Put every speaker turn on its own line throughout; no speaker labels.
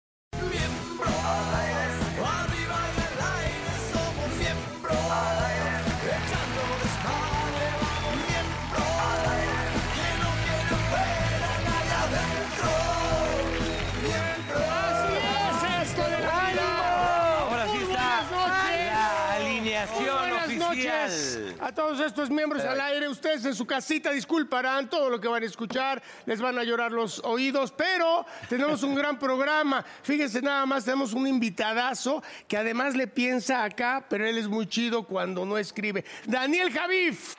miembro al aire, arriba y al aire, somos miembro al aire, echando desmadre, vamos miembro al aire, que no quiere fuera, nadie adentro, miembro
Así es esto de la vida.
Ahora sí está
Buenas noches.
la alineación
Buenas
oficial.
noches a todos estos miembros al aire. Ustedes en su casita disculparán todo lo que van a escuchar, les van a llorar los oídos, pero tenemos un gran programa. Fíjense nada más, tenemos un invitadazo que además le piensa acá, pero él es muy chido cuando no escribe. Daniel Javif.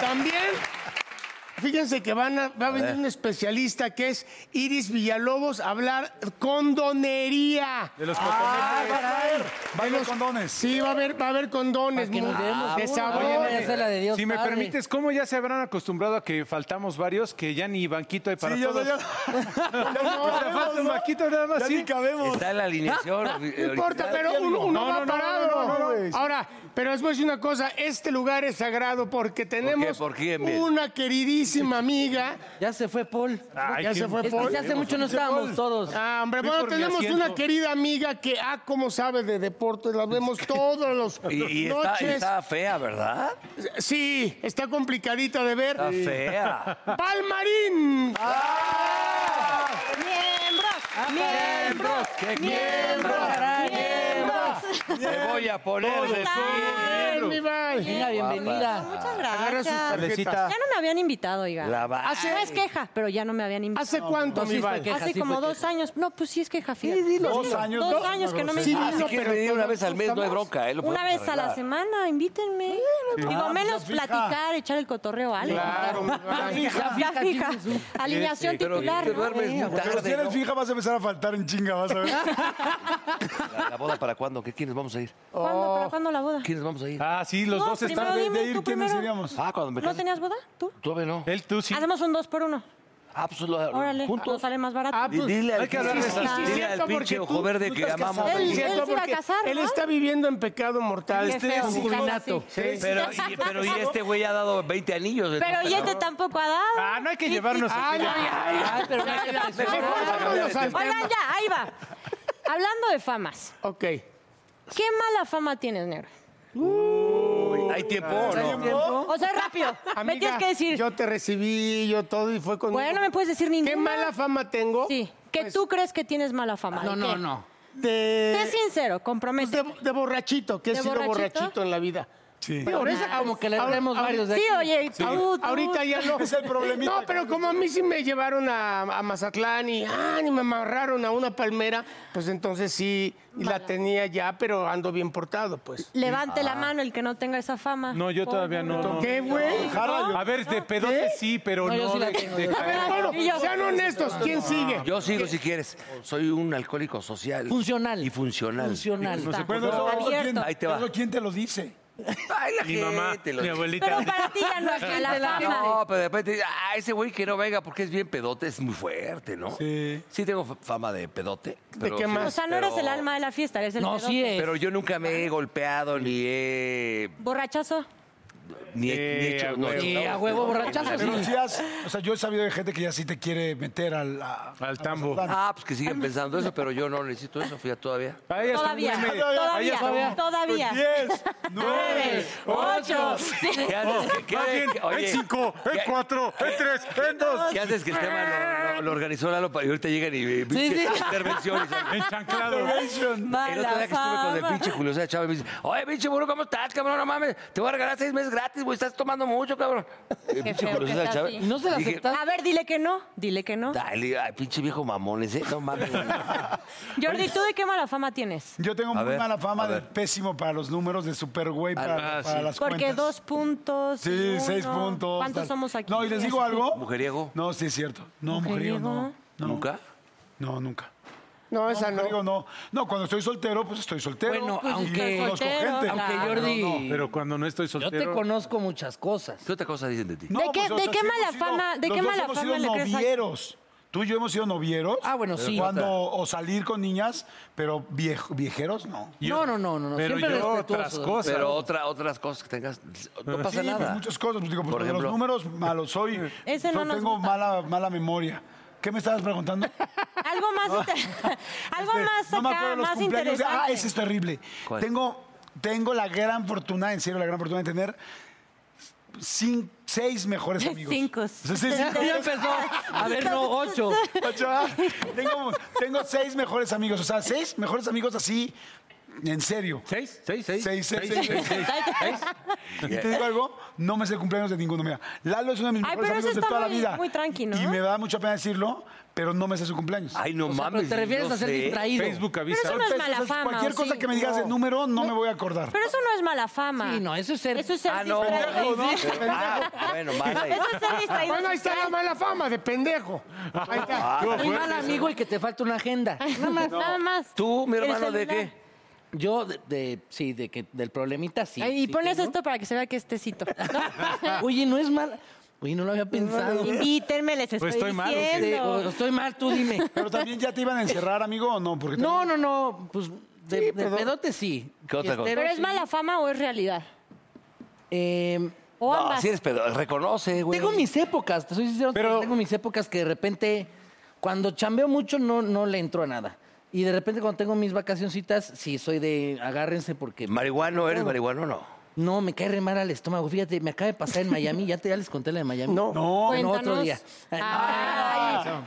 También, fíjense que van a- va a venir un especialista que es Iris Villalobos a hablar condonería.
De los cotonetes. Va a haber
De los-
condones.
Sí, va a haber, va a haber condones. mu- de sabores.
Si me permites, ¿cómo ya se habrán acostumbrado a que faltamos varios que ya ni banquito hay para
Sí, yo
todos?
ya-
O sea, falta un banquito nada más,
ya
¿sí?
ni cabemos.
Está la alineación ofi-
Ah, No importa,
original.
pero uno, uno
No,
va
no, no,
parado.
no, no, pues. no,
güey.
Ahora, pero les voy a decir una cosa, este lugar es sagrado porque tenemos
¿Por qué? ¿Por qué?
una queridísima amiga.
Ya se fue Paul.
Ay,
ya
qué-
se fue
es
Paul.
que ya hace mucho no estábamos todos.
Ah, hombre,
Voy
bueno,
por mi
tenemos
asiento.
una querida amiga que, ah, como sabe de deportes, la vemos todos los
Y, y está,
noches.
está fea, ¿verdad?
Sí, está complicadita de ver.
Está fea.
¡Palmarín!
Ah,
Te voy a poner de pie.
Bien, mi Val.
Venga, bienvenida.
Muchas
Agarra sus
gracias.
tarjetas.
Ya no me habían invitado, oiga.
La va-
Hace- No es queja, pero ya no me habían invitado.
¿Hace cuánto,
sí
mi
fue
Val?
queja,
Hace
sí
como
fue
dos años. No, pues sí es queja, fíjate.
Dos años.
Dos
no,
años que no me
Sí,
invitan.
Si
no,
quieres
pero
venir
todos
una vez al mes, no hay
estamos-
bronca. ¿eh? Lo
Una
podemos
vez a la
arreglar.
semana, invítenme. Digo, menos platicar, echar el cotorreo, algo.
Claro, mi Val.
Ya fija. Alineación
Pero
titular.
te
¿no?
duermes muy
Pero si
tarde,
eres
¿no?
fija vas a empezar a faltar en chinga, vas a ver.
¿La, la boda para cuándo? ¿Qué quiénes vamos a ir?
¿Cuándo? ¿Para cuándo la boda?
¿Quiénes vamos a ir?
Ah, sí, los
No,
dos están...
primero
de-
dime
de ir,
tú
¿quiénes
primero.
iríamos?
Ah, cuando me
¿No
case.
tenías boda? ¿Tú?
Todavía no.
Él,
Pues
tú, sí.
Hacemos un dos por uno.
Ah, pues lo-
Órale, nos
juntos.
sale más barato.
Ah,
Y dile al,
Hay que hablar de
sí,
esas-
sí, dile
sí,
al
cierto, porque
pinche
tú-
verde que amamos.
Él,
Él
cierto,
se iba a
porque
casar,
él
¿no?
está viviendo en pecado mortal.
Qué feo,
un
ojalá
culato.
sí.
Sí.
Pero, y, pero y este güey ha dado 20 anillos.
Pero y
entonces,
este
¿no?
tampoco ha dado.
Ah, no hay que llevarnos...
Ay, ay, ay.
Ay, pero no hay que
Mejor
presionar.
vamos a cambiar
vámonos
de
al
Oigan,
tema.
ya, ahí va. Hablando de famas,
Ok.
¿qué mala fama tienes, negro?
Hay tiempo, ¿o ¿no?
O sea, rápido. me
Amiga,
tienes que decir.
Yo te recibí, yo todo y fue con.
Bueno, no me puedes decir ninguna.
¿Qué mala fama tengo? Pues,
Sí, que tú crees que tienes mala
Ah,
fama.
No,
¿de
no,
qué?
no.
De,
Sé sincero,
pues
compromete.
de, de borrachito, que he
¿De
sido
borrachito?
borrachito en la vida.
Sí.
Por eso-
Como que le
ahora-
damos
ahora-
varios de
Sí,
aquí.
oye, tú, tú.
Ahorita ya no.
Es el problemita.
No, pero como a mí sí me llevaron a, a Mazatlán y, ah, ni me amarraron a una palmera, pues entonces sí la tenía ya, pero ando bien portado, pues.
Levante la mano el que no tenga esa fama.
No, yo
Pobre
todavía no,
hombre.
no.
¿Qué, güey?
A ver, de pedote sí, pero
No,
no...
yo sí la
de-
tengo,
de-
yo sí.
A ver, bueno,
Y yo-
sean honestos, ¿quién sigue?
Yo sigo si quieres. Soy un alcohólico social.
Funcional.
Y funcional.
Funcional.
No se puede.
Bueno, eso,
Abierto.
¿quién,
Ahí te va.
eso ¿quién te lo dice?
Ay, la
Mi
gente,
mamá,
lo
mi
dice.
abuelita...
Pero para ti ya no es mala fama.
No, pero de repente, ah, ese güey que no venga porque es bien pedote, es muy fuerte, ¿no?
Sí.
Sí tengo fa- fama de pedote. pero
qué
sí,
más?
O sea, no eres
pero-
el alma de la fiesta, eres el
No,
pedote.
sí es.
Pero yo nunca me he golpeado ni he...
Borrachazo.
ni, he- ni
Sí,
he hecho.
a
no,
huevo.
Sí,
no,
a huevo, borrachazo,
Pero
sí.
si has, o sea, yo he sabido de gente que ya sí te quiere meter al, a-
Al
a
tambo.
Mazatlán.
Ah, pues que siguen pensando eso, pero yo no necesito eso, fíjate todavía.
Ahí está un
Todavía,
meme. Ahí
todavía,
está un-
todavía.
Diez, nueve,
Pues
ocho.
¿Qué haces? ¿Qué- qué-
Oh, Más bien,
qué- oye,
en cinco, en
¿qué-
cuatro, en tres, en dos.
¿Qué haces que el tema lo, lo- lo organizó Lalo para- y ahorita llegan y eh, pinche
sí.
intervención? y sal-
Enchanclado.
Revelation.
El otro día que estuve con el pinche Julio César Chávez me dice, oye, pinche burro, ¿cómo estás, cabrón? No mames, te voy a regalar seis meses gratis, güey, estás tomando mucho, cabrón. El pinche
feo
Julio
que
César
sea
Chávez.
así.
¿No se la
Dije,
aceptaste?
A ver, dile que no, dile que no.
Dale, ay, pinche viejo mamón ese, no mames. güey.
Jordi, ¿tú de qué mala fama tienes?
Yo tengo muy
ver,
mala
a
fama de
ver.
pésimo para los números de Supergüey para,
Ah,
para
sí.
las
Porque
cuentas.
dos puntos. y
Sí,
uno.
seis puntos.
¿Cuántos
tal.
somos aquí?
No, y les digo algo.
¿Mujeriego?
No, sí es cierto. No, mujeriego, no. no.
¿Nunca?
No, nunca.
No, esa no.
Mujeriego, no. No, cuando estoy soltero, pues estoy soltero.
Bueno,
Pues,
aunque-
y conozco
aunque
gente.
claro.
Jordi,
Pero cuando no estoy
yo te
soltero.
conozco muchas cosas.
¿Qué otra cosa dicen de ti?
No,
¿De
pues,
qué- de qué
hemos
mala fama- de
los
qué
dos
mala
hemos
fama
sido
le crees a-
novieros. Tú y yo hemos sido novieros.
Ah, bueno, sí.
Cuando, o salir con niñas, pero viejo- viejeros no.
No, no, no, no, no,
Pero
siempre
yo
respetuoso.
otras cosas.
Pero otra, otras cosas que tengas, no pasa
sí, pues
nada.
muchas cosas. Pues digo, pues,
Por
de
ejemplo.
los números malos. Soy,
Ese no
soy-
nos
tengo
gusta.
mala, mala memoria. ¿Qué me estabas preguntando?
Algo más, inte- algo
Este,
más
no me
acá,
acuerdo los
más
cumpleaños.
interesante.
Ah, ese es terrible.
¿Cuál?
Tengo, tengo la gran fortuna, en serio, la gran fortuna de tener cin- seis mejores amigos.
Cinco.
Sí, sí, cinco.
Ya empezó. A ver, no, ocho.
Ocho, ah. tengo, tengo seis mejores amigos. O sea, seis mejores amigos así, en serio.
¿Seis? ¿Seis? ¿Seis?
Seis, seis, seis,
seis,
¿Eh?
seis.
Y
Eh,
te digo algo, no me sé cumpleaños de ninguno. Mira, Lalo es uno de mis
Ay,
mejores
pero eso
amigos de
está
toda la
muy-
vida.
muy tranqui, ¿no?
Y me da mucha pena decirlo, pero no me sé su cumpleaños.
Ay, no
O sea,
mames.
pero te refieres
no
a ser
sé.
distraído.
Facebook avisa.
Pero eso no es mala fama,
Cualquier
¿o
cosa
sí?
que me digas de número, no, me voy a acordar.
Pero eso no es mala fama.
Sí, no, eso es ser-
Eso es ser
Ah, no.
distraído.
Ah, bueno, madre.
Eso es ser distraído.
Bueno, ahí está la mala fama de pendejo. Ahí
Ah,
está.
Muy mal amigo y que te falta una agenda.
Nada más. Nada más.
¿Tú, mi
El
hermano, de
celular.
qué?
Yo, de, de- sí, de que del problemita sí.
Ay, y
sí
pones
tengo.
esto para que se vea que es tecito.
Oye, no es mal. Oye, no lo había pensado.
Invítenme, les estoy,
Pues estoy mal, ¿o qué?
Sí, o-
diciendo.
estoy mal, tú dime.
Pero también ya te iban a encerrar, amigo, o no, porque
No, no, no. Pues de, de pedote sí.
¿Qué
Este,
otra cosa?
Pero es
sí.
mala fama o es realidad.
Eh,
O
No,
ambas.
así eres pedo. Reconoce, güey.
tengo mis épocas, te soy sincero.
Pero-
Tengo mis épocas que de repente, cuando chambeo mucho, no, no le entro a nada. Y de repente, cuando tengo mis vacacioncitas, sí, soy de agárrense porque.
¿Marihuano eres marihuano o no?
No, me cae re mal al estómago. Fíjate, me acaba de pasar en Miami. Ya, te, ya les conté la de Miami. Ah. No, no, otro
Cuéntanos.
día.
Ah.
Ay,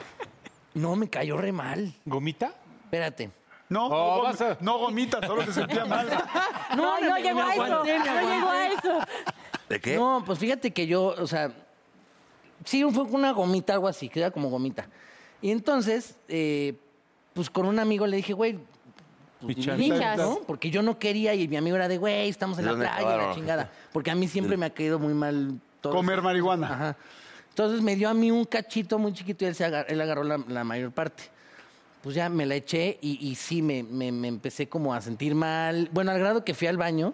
No, me cayó re mal.
¿Gomita?
Espérate.
No,
Oh,
no,
vas a-
gom- no gomita, solo te sentía mal.
No, no,
me-
llegó
me
a eso. No
aguanté, me
llegó a eso.
¿De qué?
No, pues fíjate que yo, o sea, sí fue con una gomita, algo así, que era como gomita. Y entonces, eh, pues con un amigo le dije, güey, pues,
Pichar.
divinas,
Pichas.
¿no? Porque yo no quería y mi amigo era de, güey, estamos en
¿De
la
dónde
playa, y
acabaron?
la chingada. Porque a mí siempre me ha caído muy mal todo.
Comer marihuana.
Ajá. Entonces me dio a mí un cachito muy chiquito y él, se agar- él agarró la, la mayor parte. Pues ya me la eché y, y sí, me, me- me empecé como a sentir mal. Bueno, al grado que fui al baño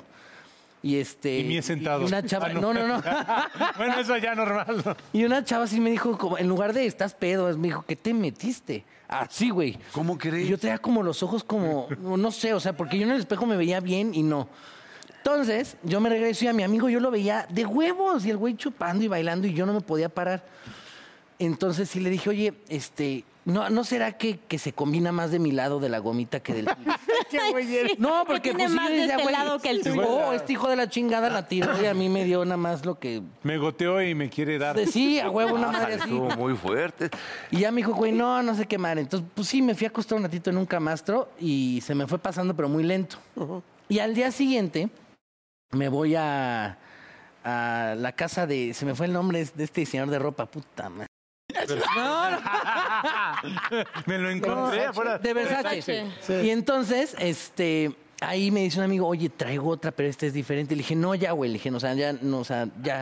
y este...
Y me he sentado.
y una chava...
Ah, no.
no, no, no.
Bueno, eso ya normal. ¿no?
Y una chava sí me dijo, como, en lugar de estás pedo, me dijo, ¿qué te metiste? Así, güey.
¿Cómo crees?
Y yo tenía como los ojos como, no sé, o sea, porque yo en el espejo me veía bien y no. Entonces, yo me regreso y a mi amigo yo lo veía de huevos y el güey chupando y bailando y yo no me podía parar. Entonces sí le dije, oye, este, ¿no, ¿no será que, que se combina más de mi lado de la gomita que del tuyo?" No, porque
tiene
pues, sí,
más
yo
de
decía,
este
güey,
lado que el tuyo.
Oh, este hijo de la chingada la tiró y a mí me dio nada más lo que...
Me goteó y me quiere dar.
Sí, a huevo, una
Ah,
madre así.
Estuvo muy fuerte.
Y ya me dijo, güey, no, no sé qué madre. Entonces, pues sí, me fui a acostar un ratito en un camastro y se me fue pasando, pero muy lento. Y al día siguiente me voy a, a la casa de. Se me fue el nombre de este diseñador de ropa, puta madre. No, no,
Me lo encontré afuera.
de Versace. Y entonces, este. Ahí me dice un amigo, oye, traigo otra, pero esta es diferente. Le dije, no, ya, güey. Le dije, no, o sea, ya, no, o sea, ya.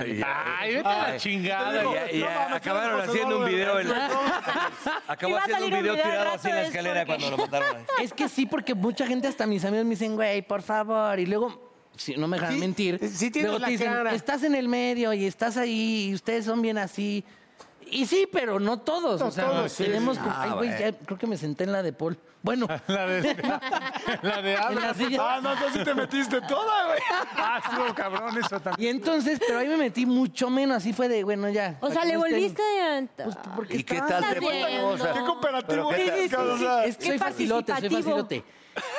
Ay, vete a la chingada.
Y ya- y ya acabaron haciendo un video. en- Acabó
Iba a
haciendo un
salir un
video
video al
tirado
rato,
así en la
es
escalera
porque-
cuando lo mataron. ahí.
Es que sí, porque mucha gente, hasta mis amigos me dicen, güey, por favor. Y luego, si no me dejan
Sí,
mentir,
sí tienes
luego
la cara.
estás en el medio y estás ahí y ustedes son bien así. Y sí, pero no todos.
No
o sea,
todos, sí,
tenemos.
sí.
Ah,
como- Ay, güey, ya creo que me senté en la de Paul. Bueno,
La de, la de
en la
habla.
silla.
Ah, no, entonces te metiste toda, güey.
Ah, estuvo cabrón eso también.
Y entonces, pero ahí me metí mucho menos. Así fue de, bueno, ya.
O sea,
aquí
le
no estén.
volviste de...
Pues, porque
¿Y qué
estaba-
tal
Está
te fue la
bien,
cosa?
¿no?
Qué
Pero,
cooperativo
¿qué tal?
eres, cabrón.
sí,
o sea,
Es que
Qué
soy facilote, soy
participativo.
facilote.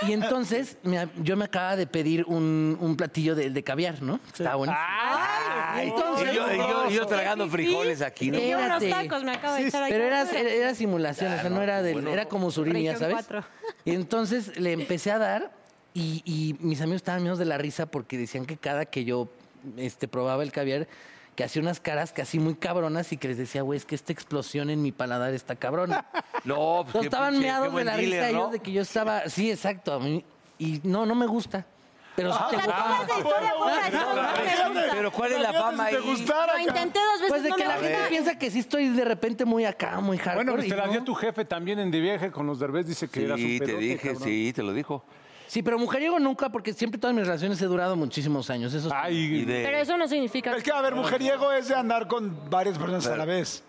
Y entonces me- yo me acababa de pedir un, un platillo de, de caviar, ¿no? Estaba bueno.
Ay,
Entonces-
y yo, y yo- y yo tragando
Sí,
frijoles aquí, ¿no?
Y yo unos
Espérate.
tacos me acabo de echar ahí.
Pero era, era, era simulación, o sea, no era del, era como surinia,
Región
¿sabes?
cuatro.
Y entonces le empecé a dar y, y mis amigos estaban menos de la risa porque decían que cada que yo este, probaba el caviar, que hacía unas caras casi muy cabronas y que les decía, güey, es que esta explosión en mi paladar está cabrona.
No,
Todos
pues qué
estaban
pinche- qué
meados de
buen
la
dealer,
risa
¿no?
ellos de que yo estaba, sí, exacto, a mí- y no, no me gusta. Pero sí te
O sea,
gusta.
toda esa historia fue una
Pero,
historia, no me gusta.
pero ¿cuál es la
Imagínate
fama
si te
ahí?
gustara,
Lo intenté dos veces,
Pues de
no
que
me
la gente
gusta.
piensa que sí estoy de repente muy acá, muy hardcore.
Bueno, pues
y
te la dio
no.
tu jefe también en de viaje con los derbés, dice que era su
Sí, te
pedote,
dije,
cabrón.
sí, te lo dijo.
Sí, pero mujeriego nunca, porque siempre todas mis relaciones he durado muchísimos años. Eso es-
Y
Ay,
de-
Pero eso no significa...
Es que, a ver, mujeriego es de andar con varias personas a la vez.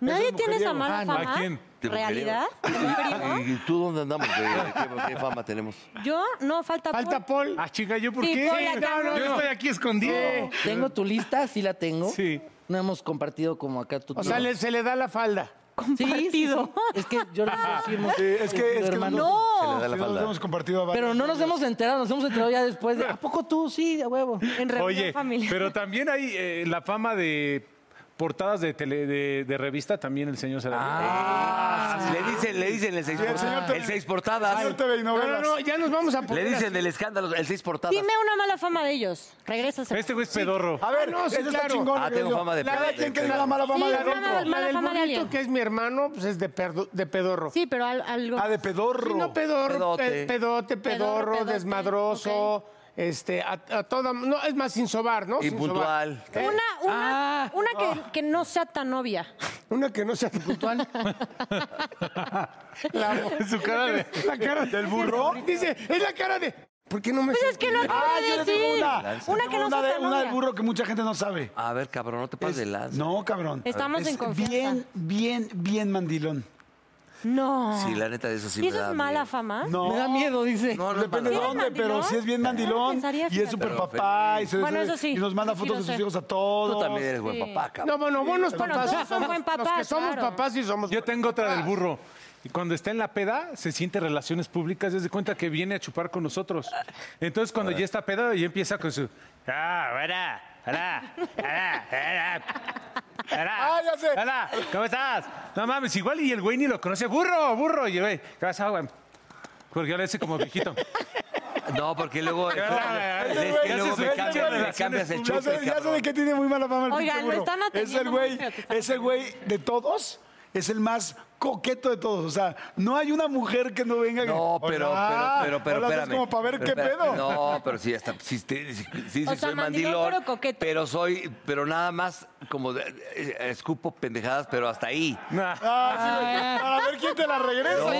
Nadie
Eso es
tiene esa
mujeriego.
mala
Ah, no.
fama.
¿A quién?
¿De
¿Realidad?
¿Y y tú dónde andamos? ¿De- de ¿Qué, qué fama tenemos?
Yo no, falta
Falta Paul.
ah, chica, ¿yo por
Sí,
qué?
por la cara.
Yo estoy aquí escondido.
Tengo tu lista, sí la tengo.
Sí.
No hemos compartido como acá tu
O sea, le- se le da la falda.
Sí, sí,
compartido.
sí. Es que yo lo
Sí, es que, es que
hermano.
no.
Se le da la
Sí, nos
falda.
hemos compartido a varios.
Pero no nos hemos enterado, nos hemos enterado ya después de. ¿A poco tú? Sí, a huevo.
En reunión
Oye,
familiar.
pero también hay eh, la fama de portadas de, tele, de, de revista, también el señor se
Ah,
la
Le dicen, le dicen el seis,
el señor
portadas.
te-
El seis portadas.
Señor TV y
No, no,
novelas.
no, ya nos vamos a
Le
poner.
dicen
así.
del escándalo, el seis portadas.
Dime una mala fama de ellos. Regresas.
Este güey es pedorro.
A ver,
Ah, no, sí,
ese está
claro.
chingón,
Ah,
creo
tengo
yo.
fama de
Cada
pedorro.
quien que le da la mala fama
Sí,
de
la mala-
otro.
La
mala
del
fama de
bonito,
alguien.
que es mi hermano, pues es de, perdo- de pedorro.
Sí, pero al- algo.
Ah, de pedorro.
Sí, no pedorro,
Pedote.
pe- pedote, pedorro,
pedote,
desmadroso, este, a, a toda, no, es más sin sobar, ¿no? Sin
Impuntual.
sobar. Eh,
Una, una,
Ah.
una que, que no sea tan obvia.
una que no sea puntual.
Su cara de...
la cara del burro. Dice, es la cara de. ¿Por qué no me?
Pues es que lo acabo
Ah, yo
de
le tengo
decir.
una.
Una que no
Una
sea
de,
tan
una de
obvia.
burro que mucha gente no sabe.
A ver, cabrón, no te pases de lanza.
No, cabrón.
Estamos
Es
en confianza.
Bien, bien, bien mandilón.
No.
Sí, la neta de eso sí
¿Y
me
eso
da
es mala
miedo.
fama?
No.
Me da miedo, dice.
No, no es mala
Depende de
fama.
dónde,
mandilón?
pero sí es bien
No lo
mandilón.
pensaría,
Y es
fíjate.
súper
Pero
papá. Y, se-
Bueno, eso sí,
y nos manda
eso sí
fotos
lo
de sus
sé.
hijos a todos.
Tú también eres buen papá,
No,
cabrón.
bueno, buenos
Bueno,
papás.
todos son buen papá,
Los que somos
claro.
papás y somos.
Yo tengo otra del burro. Y cuando está en la peda, se siente relaciones públicas, desde cuenta que viene a chupar con nosotros. Entonces, cuando ya está peda, ya empieza con su. ¡Ah, hola! ¡Hola! ¡Hola! ¡Hola! hola,
Ah, ya sé.
hola, ¿Cómo estás? No mames, igual y el güey ni lo conoce. ¡Burro! ¡Burro! Y el güey, ¿qué pasa, güey? Porque ahora ese como viejito.
No, porque luego.
verdad,
Es
güey,
que
ese
luego
güey
me
tiene
cambias, me
relaciones
cambias el
Ya
chupe,
sé, ya sé
cabrón.
de qué tiene muy mala fama el
Oigan,
pinche
lo
burro.
están
Es
atendiendo
el güey,
muy feo, te están
ese güey de todos, es el más coqueto de todos. O sea, no hay una mujer que no venga. que-
No, pero,
Hola,
pero, pero, pero,
hola, es
espérame.
como para ver
Pero
qué
espérame,
pedo.
No, pero sí, hasta, sí, te- sí, sí,
O
sí,
sea,
soy
mandilón,
mandilón,
pero coqueto.
pero soy, pero nada más como de- eh, escupo pendejadas, pero hasta ahí.
Ah, sí, güey, para ver quién te la regresa.
No,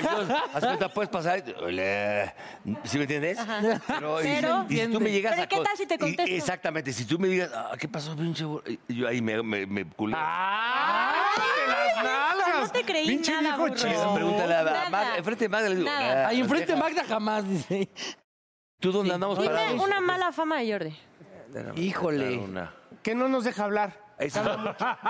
yo, haz cuenta, puedes pasar, y- hola, ¿sí me entiendes? Pero, y-
Pero-
y si tú me llegas
Pero,
a
¿qué
cos-
tal si te
y-
contesto?
exactamente, si tú me digas, "Ah, ¿qué pasó, pinche? burro?" Y Yo ahí me, me, me culé.
Ah,
No te creí nada, burro.
Pregúntale a,
Nada.
a Magda, enfrente de Magda, le digo,
Nada.
"Ah,
Ahí enfrente de
deja-
Magda jamás, dice.
¿Tú dónde andamos
Dime
parados?
una mala fama de Jordi.
Espérame,
Híjole.
una.
Que no nos deja hablar.
Esa,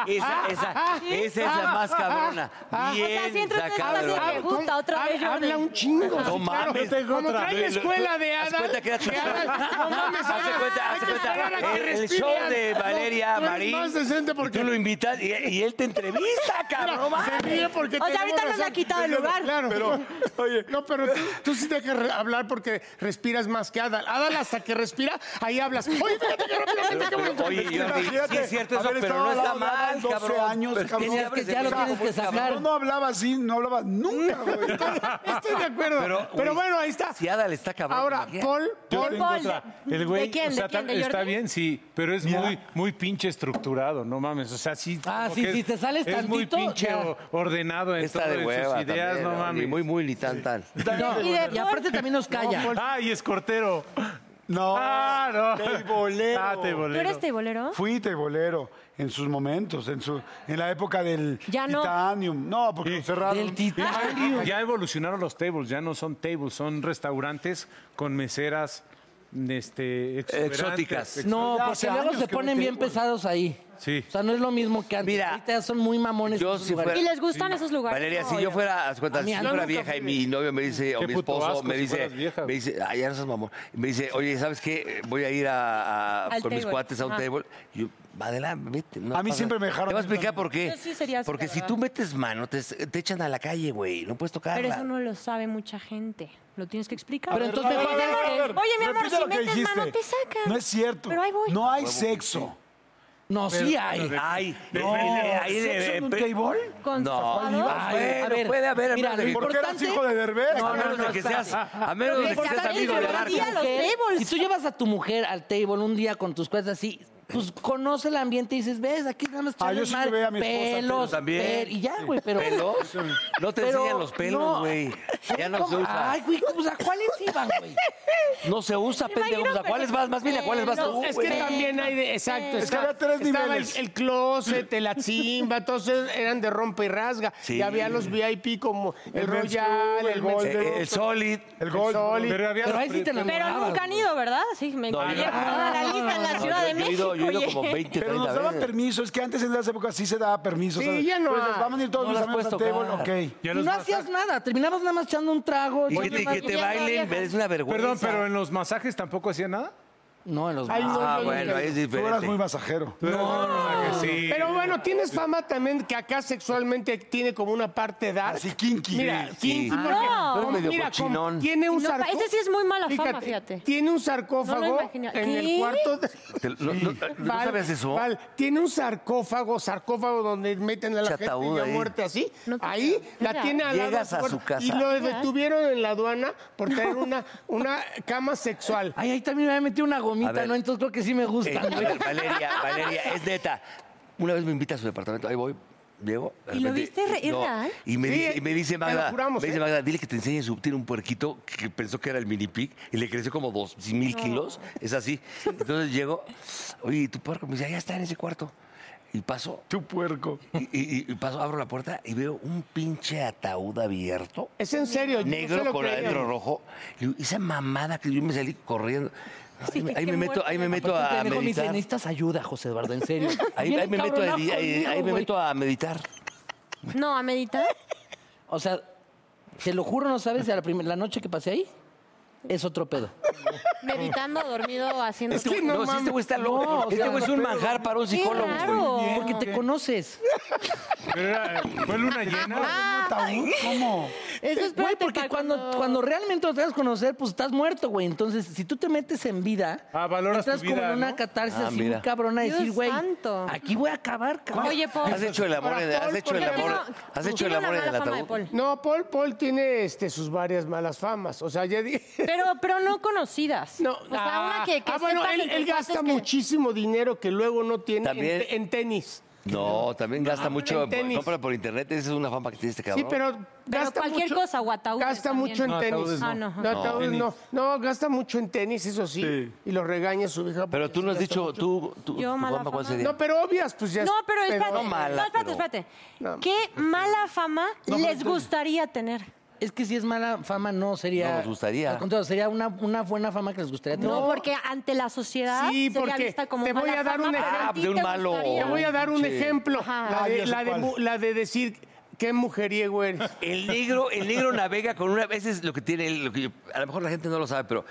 esa, esa, esa es la más cabrona.
O sea, si
Bien,
entras en
sacada.
clase
de
de
onda.
puta,
¿Cómo?
otra vez
Hab-
Jordi.
Habla un chingo.
No
sí, claro.
mames.
Como trae la escuela de
Haz
hadas.
cuenta que era
de hadas. No mames,
Haz de
hadas.
cuenta,
Hay
haz de
que
cuenta.
esperar a que
El, el
respiren.
show de
No,
Valeria
tú eres
Marín.
más decente porque-
y Tú lo invitas y, y él te entrevista, cabrón.
Se ríe porque
O sea, ahorita
tenemos
nos la ha
razón.
quitado el lugar.
Claro.
Pero, oye.
No, pero tú, tú sí dejas re- hablar porque respiras más que Adal. Adal hasta que respira, ahí hablas. Oye, fíjate que rápidamente, qué bonito.
Oye, Jordi, sí es cierto eso,
haber
pero
estado
no
al
está
lado de Adal
mal,
12
cabrón.
años,
Pero
cabrón.
que-
tenías
ya lo
abrirse el
tienes que
ojo,
sacar.
cabrón.
Yo no hablaba así, no hablaba nunca, güey.
Estoy de acuerdo.
Pero, güey,
Pero, bueno, ahí está.
Si Adal está cabrón.
Ahora,
imagínate.
Paul,
Yo
De
Paul,
tengo
Paul,
otra.
de-
El güey,
¿de quién?
o sea,
¿De quién? ¿De
está
Jordi?
bien, sí, pero es muy, muy pinche estructurado, no mames. O sea, sí.
Ah,
como
sí,
que
si
es-
te sales
Es muy
tantito,
pinche
ya.
o- ordenado en
Está
todo,
de
en
hueva.
sus ideas,
también,
no mames.
Ni muy, muy, ni tan, tan.
No,
Y de
y aparte también nos calla.
Ay, es cortero.
No.
Ah, no.
Teibolero.
Ah, teibolero.
¿Tú eres teibolero?
Fui teibolero en sus momentos, en su en la época del
Ya no.
Titanium. No, porque lo cerraron.
Del titanio.
Ya evolucionaron los tables, ya no son tables, son restaurantes con meseras este, exuberantes,
Exóticas.
ex-
No,
Ya hace
porque luego
años
se
que no
ponen bien
tengo.
pesados ahí.
Sí.
O sea, no es lo mismo que antes.
Mira,
Ahorita son muy mamones.
yo
esos
si
lugares.
¿Y les gustan esos lugares?
Valeria,
No,
si yo fuera, haz cuenta,
A mí-
si yo
yo
fuera
nunca
vieja y
fui.
mi novio me dice, o
Qué
mi
puto
esposo
asco
me
si
dice,
fueras vieja.
me dice, ay, ya no seas mamón. Me dice, oye, ¿sabes qué? Voy a ir a, a-
Al
con mis
table.
cuates a un
Ah.
table. Y yo, adelante, vete. no
A mí
pasa
siempre me
nada.
dejaron
Te voy a explicar
tanto.
por qué.
Yo sí sería así,
Porque
la
si
verdad.
tú metes mano, te, te echan a la calle, güey. No puedes tocarla.
Pero eso no lo sabe mucha gente. Lo tienes que explicar.
Pero entonces mejor
a ver,
sabes
a ver,
qué?
Oye, mi amor,
repite
si
lo que
metes
dijiste.
mano, te sacan.
No es cierto.
Pero ahí voy.
No hay sexo.
No, sí hay.
Ay,
No.
ahí de-
¿Sexo en un
pe-
table?
Con
No.
zapados.
Ay,
bueno,
a ver,
puede haber,
mira,
hermano.
lo
¿Por qué eras
importante-
hijo de Derbez?
A
No,
menos de que seas, a menos de que seas
importante
amigo
es
de
que
Marco.
día los
mujer,
tables.
Si tú llevas a tu mujer al table un día con tus cuates así, pues conoce el ambiente y dices, ves, aquí nada más
Ah, yo
echarle
sí
madre,
llevé a mi esposa al table
pelos,
también.
per- y ya, güey, pero...
¿Pelos? No te
Pero
enseñan los pelos,
no.
güey. Ya no
¿Cómo?
se usa.
Ay, güey, pues, ¿a cuáles iban, güey?
No se usa, pendejo.
imagino,
Pues, ¿A cuáles
pero-
vas? Más bien, ¿a cuáles vas
No,
tú?
Es que
güey?
también hay de,
Es
exacto.
que
está-
había tres
estaba
niveles.
El, el closet, el- la chimba, todos eran de rompe y rasga.
Sí.
Y había los VIP como el,
El Men's
Royal,
Club, el
el Men's
Golden.
Club.
Eh, el solid.
El gol.
Sol y-
Pero había
Pero ahí
los
sí te
pre-
Pero
enamorabas,
nunca han
güey.
ido, ¿verdad? Sí, me
No,
encontré
yo-
toda la lista en la Ciudad de
Yo he
México.
ido, yo he ido como
oye.
20,
Pero nos
30
daban
veces.
permiso, es que antes en las épocas sí se daba permiso.
Sí,
¿sabes?
ya no
Pues,
hay.
vamos a ir todos
No
mis
las
amigos al
puedes
table,
tocar.
ok.
Ya
Y
los
no
vas-
hacías nada, terminabas nada más echando un trago.
Y que
echando
te, que te
Oye,
bailen,
vieja.
es una vergüenza.
Perdón, pero en los masajes tampoco hacía nada.
No, en los
Ay, no,
Ah,
yo
bueno,
nunca-
ahí es
Tú eras muy
diferente.
masajero.
No, sí.
Pero bueno, tienes fama también que acá sexualmente tiene como una parte dark.
Así kinky.
Mira,
Ah, Sí, sí.
kinky, porque
Ah, No.
como-
Eres medio
mira, como
cochinón.
tiene un
No, pa-
sarcófago.
ese sí es muy mala fama, fíjate.
Tiene un
No lo
sarcófago
imaginé.
en
¿Qué?
el cuarto de-
Te- ¿No, no- no
Val,
sabes eso?
Val, tiene un sarcófago, sarcófago donde meten a la gente
Chataúd
ya
ahí.
muerte así.
No te
ahí
creo.
la
Mira.
tiene al lado
Llegas
de
a su
cuarto. Y
casa.
lo detuvieron en la aduana por tener una, una cama sexual.
Ay, ahí también me había metido una
A
gomita,
ver.
¿no? Entonces creo que sí me
Eh,
gusta.
a ver, Valeria, Valeria, es neta. Una vez me invita a su departamento, ahí voy, llego. de
¿Y lo
repente,
viste re- es real?
Y me,
Sí, eh,
dice, y me dice
te lo
Magda,
juramos,
me dice
¿eh?
Magda, dile que te enseñe a subir un puerquito que pensó que era el mini pig y le creció como dos mil kilos, es así. Entonces llego, oye, ¿y tu puerco? Me dice, "Ah, ya está en ese cuarto. Y paso,
Tu puerco.
y, y- y paso, abro la puerta y veo un pinche ataúd abierto
Es en serio. yo no
negro
se lo
con
creía.
adentro rojo. Y digo, esa mamada que yo me salí corriendo. Ahí, me- ahí
qué
me meto,
muerte.
ahí me meto
Aparte,
a
el pendejo me dice,
meditar.
necesitas ayuda, José Eduardo, en serio.
Ahí,
Bien
ahí me meto a,
encabronado
di- ahí- ahí me
conmigo,
meto
güey.
a meditar.
No, a meditar.
O sea, te lo juro, no sabes, la, prim- la noche que pasé ahí es otro pedo.
Meditando, dormido, haciendo...
que
No,
no
si este
mames.
güey está loco.
No, o
este
sea,
güey es un manjar para un
Qué
psicólogo. güey.
raro.
Porque te conoces.
Pero era- ¿Fue luna llena?
¿Tabú? ¿Cómo?
Eso es
Güey, porque cuando, cuando realmente lo te das a conocer, pues estás muerto, güey. Entonces, si tú te metes en vida,
Ah, valoras
estás
tu
como
vida,
en una
¿no?
catarsis
Ah,
así muy
mira.
cabrona y
Dios
decir, güey,
santo.
aquí voy a acabar, cabrón.
Oye, Paul.
Has hecho el amor, en- has hecho el
¿por qué
amor,
no?
has hecho el
Tiene una
amor en el
mala fama de
ataúd.
Paul.
No, Paul, Paul tiene este, sus varias malas famas. O sea, ya dije.
Pero, pero no conocidas.
No,
o sea, una que, que
ah, bueno,
sepas
él,
entre
él
cuates
gasta
que-
muchísimo dinero que luego no tiene en,
También-
te- en tenis.
No, también gasta mucho.
en tenis.
Compra por internet. Esa es una fama que tiene este cabrón.
Sí, pero
Pero
gasta
cualquier
mucho,
cosa, o ataúdes
Gasta
también.
mucho en
No,
tenis.
ataúdes
Ah, no. no.
No, ataúdes
Tenis.
no. No, gasta mucho en tenis, eso sí.
Sí.
Y lo regaña su hija.
Pero
porque
tú
sí
no has
gasta
dicho,
mucho.
tú, tú,
Yo,
tu
mala
fama, ¿cuál
fama.
sería?
No, pero obvias, pues ya.
No, pero espérate.
pedorra.
No mala,
no, espérate,
pero-
espérate.
No,
¿Qué mala fama les gustaría tener?
Es que si es mala fama, no sería.
No nos gustaría.
Al contrario, sería una, una buena fama que les gustaría tener.
No, porque ante la sociedad
Sí,
sería
porque
vista como
te voy
mala
a dar
fama,
un
pero a
ejemplo.
ti
Ah, de un
te
malo.
gustaría.
Te voy a dar un ejemplo.
Ajá.
La,
Ah,
de,
ya sé
la de
cuál.
mu- la de decir qué mujeriego eres.
El negro, el negro navega con una. Ese es lo que tiene él, lo que yo- a lo mejor la gente no lo sabe, pero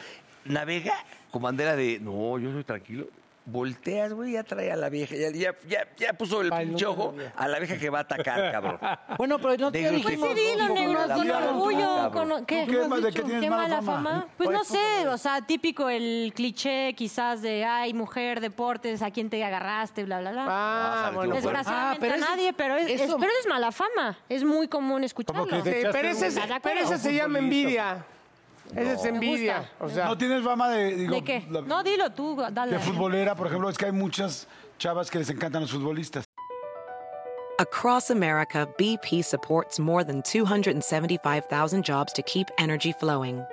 navega con bandera de no, yo soy tranquilo. Volteas, güey, ya trae a la vieja. Ya, ya, ya, ya puso el
Ay, no
pinche ojo
sabía.
a la vieja que va a atacar, cabrón.
Bueno, pero no te
Negro
Pues
dijimos.
sí, dilo,
no,
negro,
no,
con
no, no, no.
orgullo.
cabrón.
con- ¿Qué,
¿Tú qué más de que tienes
¿Qué
mala
mala
fama?
fama? Pues
Oye,
no
tú
sé, o sea, típico el cliché quizás de, ay, mujer, deportes, a quién te agarraste, bla, bla, bla.
Ah,
sale
bueno.
tú,
pues.
güey.
Ah,
Desgraciadamente
pero
a
eso-
nadie, pero es, es-
eso-
pero es mala fama. Es muy común escucharlo.
que
Sí,
te-
pero ese,
¿Estás de
pero
acuerdo?
ese se llama envidia. Ese es envidia.
gusta.
O sea,
¿No tienes fama de... digo,
¿De qué?
la-
No, dilo tú, dale.
De futbolera, por ejemplo, es que hay muchas chavas que les encantan los futbolistas.
Across America, BP supports more than 275,000 jobs to keep energy flowing.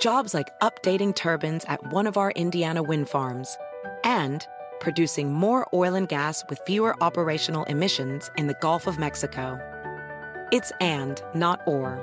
Jobs like updating turbines at one of our Indiana wind farms and producing more oil and gas with fewer operational emissions in the Gulf of Mexico. It's and, not or.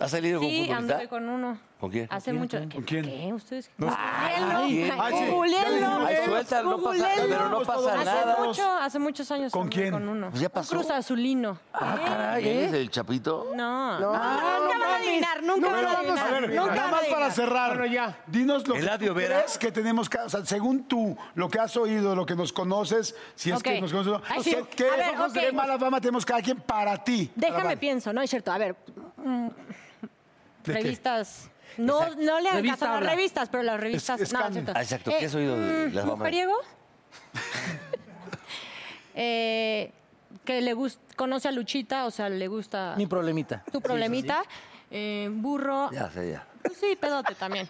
¿Has salido con
Sí,
futbolista?
anduve con uno.
¿Con quién?
Hace mucho. ¿Con
quién?
¿Qué? ¿Ustedes?
No.
Googleenlo.
Ay, sí.
Googleenlo.
Ay, suelta, no pasa,
Googleenlo.
pero no pasa
Hace
nada.
mucho, hace muchos años.
¿Con
anduve
quién?
Con uno.
Pues ya
Un
pasó.
Cruz azulino.
Ah, caray, ¿Eres el chapito?
No. No, nunca van a adivinar, nunca van
Pero
a
vamos a
adivinar.
ver,
Nunca van
nada
a
más para
adivinar.
cerrar.
Bueno, ya.
Dinos lo que
Eladio
tú
Vera.
crees que tenemos, ca- o sea, según tú, lo que has oído, lo que nos conoces, si es
Ok.
que nos conoces, o no,
Ay,
¿qué,
sí.
qué-
A ver,
ojos de
ok.
qué mala fama tenemos cada quien para ti?
Déjame
Para Val.
pienso, ¿no? Es cierto. A ver, mm,
¿De qué?
revistas. No, no le hagan
Revista
caso a las
habla.
revistas, pero las revistas.
es
no,
can-
es cierto.
Ah, exacto, ¿qué has oído de
mm,
las mamás?
¿Mujeriego? Eh, que le gusta, conoce a Luchita, o sea, le gusta
Mi problemita.
tu problemita. Eh, burro.
Ya Ah. sé, ya.
Pues sí, pedote también.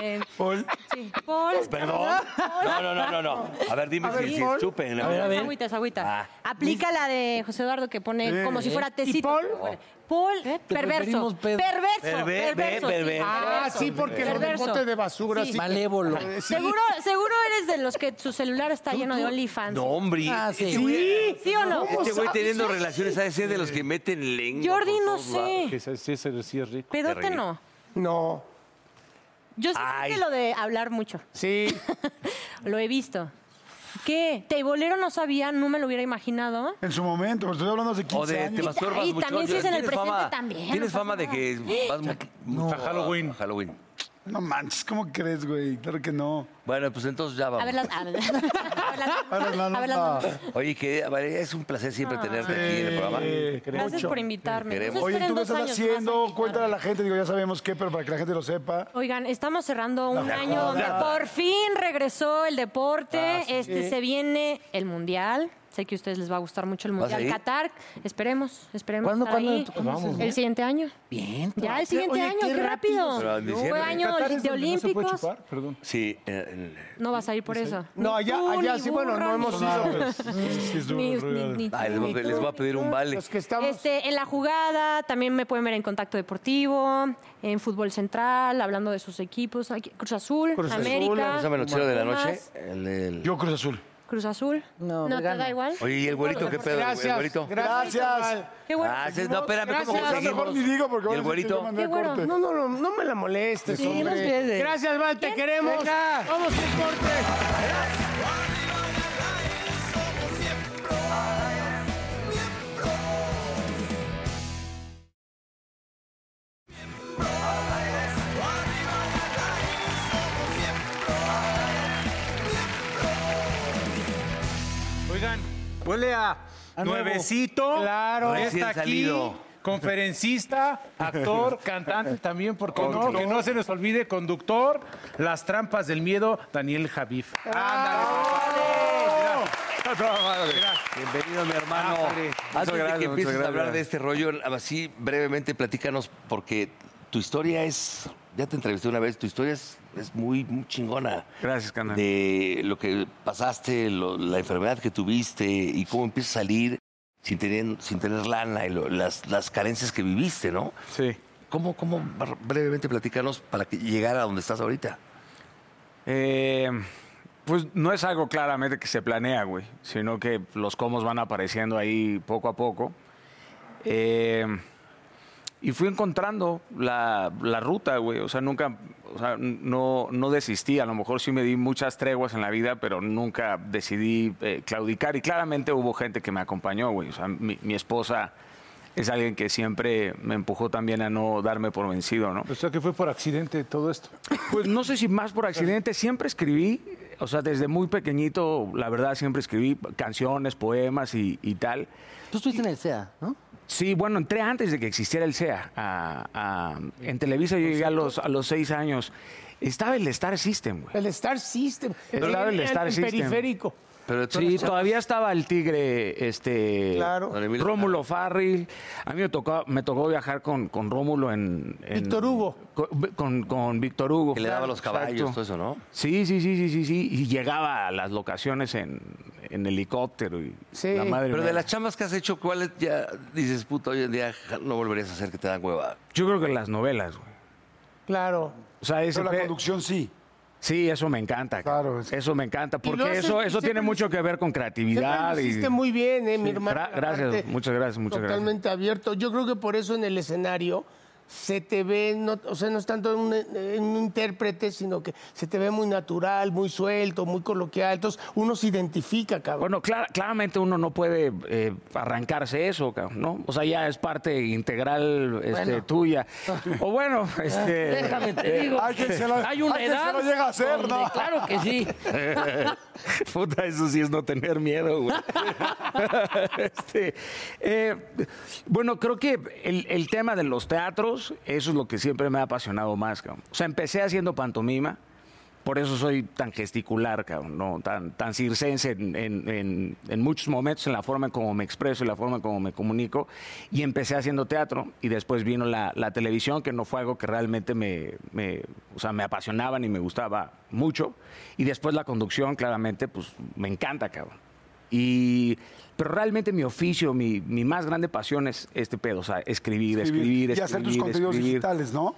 Eh,
Paul.
sí, Paul.
¿Perdón? No, no, no, no, no. A ver, dime si, si chupen. A ver, a ver.
Agüitas, agüitas.
Ah.
Aplica la de José Eduardo que pone como si fuera tecito.
Paul?
Paul,
Te
perverso.
preferimos pedo.
Perverso.
Perve-
perverso,
ve-
sí,
perverso.
Ah, sí, porque los
Perverso.
botes de basura,
Sí.
sí.
Malévolo.
Eh, sí.
Seguro, seguro eres de los que su celular está lleno de OnlyFans.
No, hombre.
Ah, sí.
Este güey,
¿Sí o no?
este güey teniendo relaciones ha de ser de los que meten lengua.
Jordi,
por
no
todos lados.
sé.
Que ese- sí, ese sí es rico.
Pedote
terrible.
no.
No.
Yo sé
Ay.
que lo de hablar mucho.
Sí.
Lo he visto. ¿Qué? Teibolero no sabía, no me lo hubiera imaginado.
En su momento, pues estoy hablando hace 15
O de te
años.
masturbas
Ay,
mucho.
también si es en el
Tienes
presente
fama-
también, no
Tienes
pasa
fama de
nada.
que vas mu- mucho
a Halloween.
a Halloween.
No manches, ¿cómo crees, güey? Claro que no.
Bueno, pues entonces ya vamos.
A ver las... A ver las...
A ver, no, no,
A ver las...
no.
Oye, que Valeria, es un placer siempre tenerte aquí en el programa.
Eh,
Ah. Gracias
mucho.
por invitarme.
Queremos.
No se
Oye,
esperen
¿tú qué
dos
estás
años más a
haciendo?
invitarme.
Cuéntale a la gente, digo, ya sabemos qué, pero para que la gente lo sepa.
Oigan, estamos cerrando un año donde por fin regresó el deporte.
Ah,
este se viene el mundial. Sé que a ustedes les va a gustar mucho el
¿Vas a
mundial.
ir?
Qatar, esperemos, esperemos.
¿Ah, ¿Cuándo,
estar
cuándo?
ahí.
¿Cuándo es eso?
El siguiente año.
Bien.
Ya el siguiente
Oye,
año,
qué
qué rápido.
Pero en diciembre.
Fue año
Qatar es
de
donde no se puede
olímpicos.
chupar, perdón.
Sí, en- en-
No vas a ir por eso.
No,
Ni
allá,
tú,
allá
ni
sí, bueno, no
burro,
hemos
ni-
ido. pero
Sí, sí, es duro,
ni-
duro,
ni-
duro.
ni-
Ay, Ah, les, voy, les voy a pedir un vale.
Los que estamos.
Este, en la jugada también me pueden ver en Contacto Deportivo, en Fútbol Central, hablando de sus equipos. aquí- Cruz Azul,
Cruz Azul,
América.
Pásame el noticiero de la
Pumas,
noche. El, el-
Yo Cruz Azul.
Cruz Azul.
No,
te
vegano.
da igual.
Oye, ¿y el güerito qué pedo? ¿El
Gracias.
güerito?
Gracias.
Qué bueno.
Ah, sí, no, espérame, ¿cómo
Gracias.
conseguimos?
Mejor ni digo porque
¿Y
van
el
a decir que yo
güerito?
mandé
Qué
al
bueno,
corte.
No, no, no, no me la molestes,
Sí, no
hombre.
quieres.
Gracias, Val, te queremos.
Venga.
Vamos, que corte.
Oigan, huele a,
A nuevo.
nuevecito.
Claro.
Ya
Recién
Está aquí.
salido.
Conferencista, actor, cantante también, porque no, que no se nos olvide, conductor, Las Trampas del Miedo, Daniel Javif.
Bienvenido, mi hermano.
Ah, padre.
Antes
Muchas gracias,
de que
muchas
empieces a
gracias.
hablar de este rollo, así brevemente platícanos, porque tu historia es, ya te entrevisté una vez, tu historia es, es muy, muy chingona.
Gracias, carnal.
De eh, lo que pasaste, lo- la enfermedad que tuviste y cómo empiezas a salir sin tener, sin tener lana y lo- las, las carencias que viviste, ¿no?
Sí.
¿Cómo, cómo bar- brevemente platicarnos para que llegar a donde estás ahorita?
Eh, pues no es algo claramente que se planea, güey, sino que los comos van apareciendo ahí poco a poco. Eh, y fui encontrando la, la ruta, güey. O sea, nunca, o sea, no, no desistí. A lo mejor sí me di muchas treguas en la vida, pero nunca decidí eh, claudicar. Y claramente hubo gente que me acompañó, güey. O sea, mi, mi esposa es alguien que siempre me empujó también a no darme por vencido, ¿no?
O sea, que fue por accidente todo esto.
Pues no sé si más por accidente, siempre escribí, o sea, desde muy pequeñito, la verdad, siempre escribí canciones, poemas y, y tal.
Tú estuviste en el SEA, ¿no?
Sí, bueno, entré antes de que existiera el SEA. a- a- en Televisa yo llegué a los, a los seis años. Estaba el Star System, güey.
El Star System.
Estaba el
En-
Star
en
System.
periférico.
Pero
Sí, todavía estaba el tigre, este,
Claro.
Don Emilio
Rómulo Farril. A mí me tocó, me tocó viajar con, con Rómulo en, en-
Víctor Hugo.
Con, con- con Víctor Hugo.
Que le daba los caballos,
Exacto.
todo eso, ¿no?
Sí, sí, sí, sí, sí, sí. Y llegaba a las locaciones en, en helicóptero y
Sí.
la madre
Pero
mía.
de las chambas que has hecho, ¿cuáles ya dices, puta, hoy en día ja, no volverías a hacer que te dan hueva?
Yo creo que las novelas, güey.
Claro.
O sea, ese
Pero la
pe-
conducción sí.
Sí, eso me encanta.
Claro,
Claro.
es-
Eso me encanta,
Y lo
porque
haces-
eso,
y
eso tiene
siempre lo
mucho que ver con
Siempre
creatividad.
lo
y-
hiciste muy bien, ¿eh, mi
Sí.
hermano?
Gra- gracias,
Aparte,
muchas gracias, muchas gracias.
Totalmente abierto. Yo creo que por eso en el escenario se te ve, no, o sea, no es tanto un, eh, un intérprete, sino que se te ve muy natural, muy suelto, muy coloquial. Entonces, uno se identifica, cabrón.
Bueno, clara- claramente uno no puede eh, arrancarse eso, cabrón, ¿no? O sea, ya es parte integral este, tuya. O bueno, este,
Déjame te digo.
Alguien se lo-
hay una
alguien se
edad.
lo llega a hacer,
donde
¿no?
Claro que sí.
Puta, eso sí es no tener miedo, güey. Este, eh, bueno, creo que el, el tema de los teatros, eso es lo que siempre me ha apasionado más, cabrón. O sea, empecé haciendo pantomima, por eso soy tan gesticular, cabrón, ¿no? tan, tan circense en, en- en- en muchos momentos, en la forma en cómo me expreso y la forma en cómo me comunico. Y empecé haciendo teatro y después vino la, la televisión, que no fue algo que realmente me, me, o sea, me apasionaba ni me gustaba mucho. Y después la conducción, claramente, pues me encanta, cabrón. Y, pero realmente mi oficio, mi, mi más grande pasión es este pedo, o sea, escribir, escribir, escribir.
y hacer tus contenidos
escribir.
digitales, ¿no?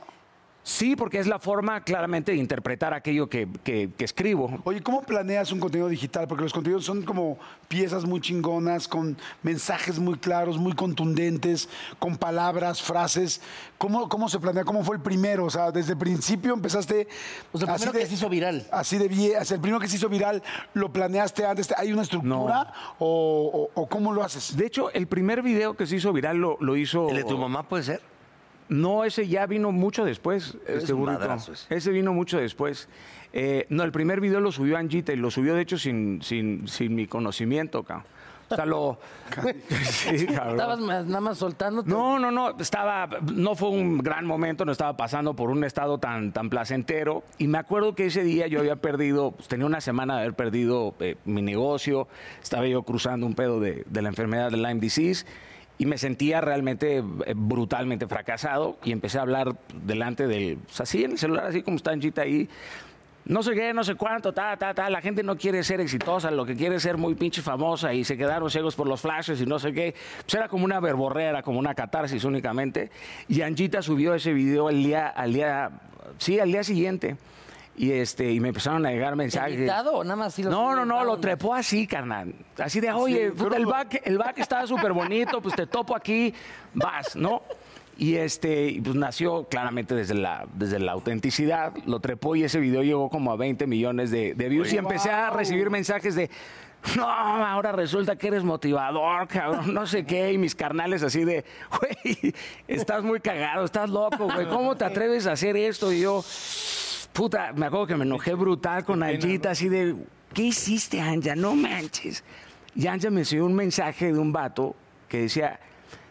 Sí, porque es la forma claramente de interpretar aquello que, que- que escribo.
Oye, ¿cómo planeas un contenido digital? Porque los contenidos son como piezas muy chingonas, con mensajes muy claros, muy contundentes, con palabras, frases. ¿Cómo, cómo se planea? ¿Cómo fue el primero? O sea, desde el principio empezaste...
O sea, el primero que se hizo viral.
Así de bien. O sea, el primero que se hizo viral, ¿lo planeaste antes? ¿Hay una estructura? O, o- o cómo lo haces?
De hecho, el primer video que se hizo viral lo, lo hizo...
¿El de tu mamá puede ser?
No, ese ya vino mucho después.
Es
Este
un
burrito.
madrazo ese.
Ese vino mucho después. Eh, no, el primer video lo subió Angita y lo subió, de hecho, sin, sin, sin mi conocimiento, cabrón. O sea, lo... Sí, cabrón.
Estabas más- nada más soltándote.
No, no, no. Estaba, no fue un gran momento, no estaba pasando por un estado tan, tan placentero. Y me acuerdo que ese día yo había perdido, pues, tenía una semana de haber perdido eh, mi negocio, estaba yo cruzando un pedo de, de la enfermedad de Lyme disease. Y me sentía realmente eh, brutalmente fracasado y empecé a hablar delante del, o sea, así en el celular, así como está Anchita ahí, no sé qué, no sé cuánto, ta, ta, ta. La gente no quiere ser exitosa, lo que quiere es ser muy pinche famosa y se quedaron ciegos por los flashes y no sé qué. Pues era como una verborrea, como una catarsis únicamente. Y Angita subió ese video al día, al día, sí, al día siguiente. Y, este, y me empezaron a llegar mensajes.
¿Editado o nada más así lo
No, no, no,
inventaron?
lo trepó así, carnal. Así de, oye, puta, el, back, el back está súper bonito, pues te topo aquí, vas, ¿no? Y este, y pues nació claramente desde la, desde la autenticidad, lo trepó y ese video llegó como a 20 millones de, de views y empecé a recibir mensajes de, no, ahora resulta que eres motivador, cabrón, no sé qué, y mis carnales así de, güey, estás muy cagado, estás loco, güey, ¿cómo te atreves a hacer esto? Y yo, Puta, me acuerdo que me enojé brutal con Angita, así de, ¿qué hiciste, Anja? No manches. Y Anja me enseñó un mensaje de un vato que decía,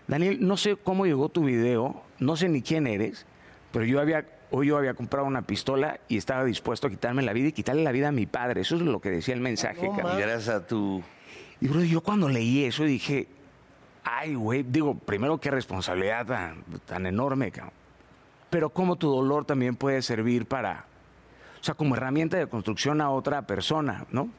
Daniel, no sé cómo llegó tu video, no sé ni quién eres, pero yo había, hoy yo había comprado una pistola y estaba dispuesto a quitarme la vida y quitarle la vida a mi padre. Eso es lo que decía el mensaje. cabrón.
Y gracias a tu...
Y bro, yo cuando leí eso dije, ay, güey, digo, primero qué responsabilidad tan, tan enorme, cabrón. Pero cómo tu dolor también puede servir para, o sea, como herramienta de construcción a otra persona, ¿no?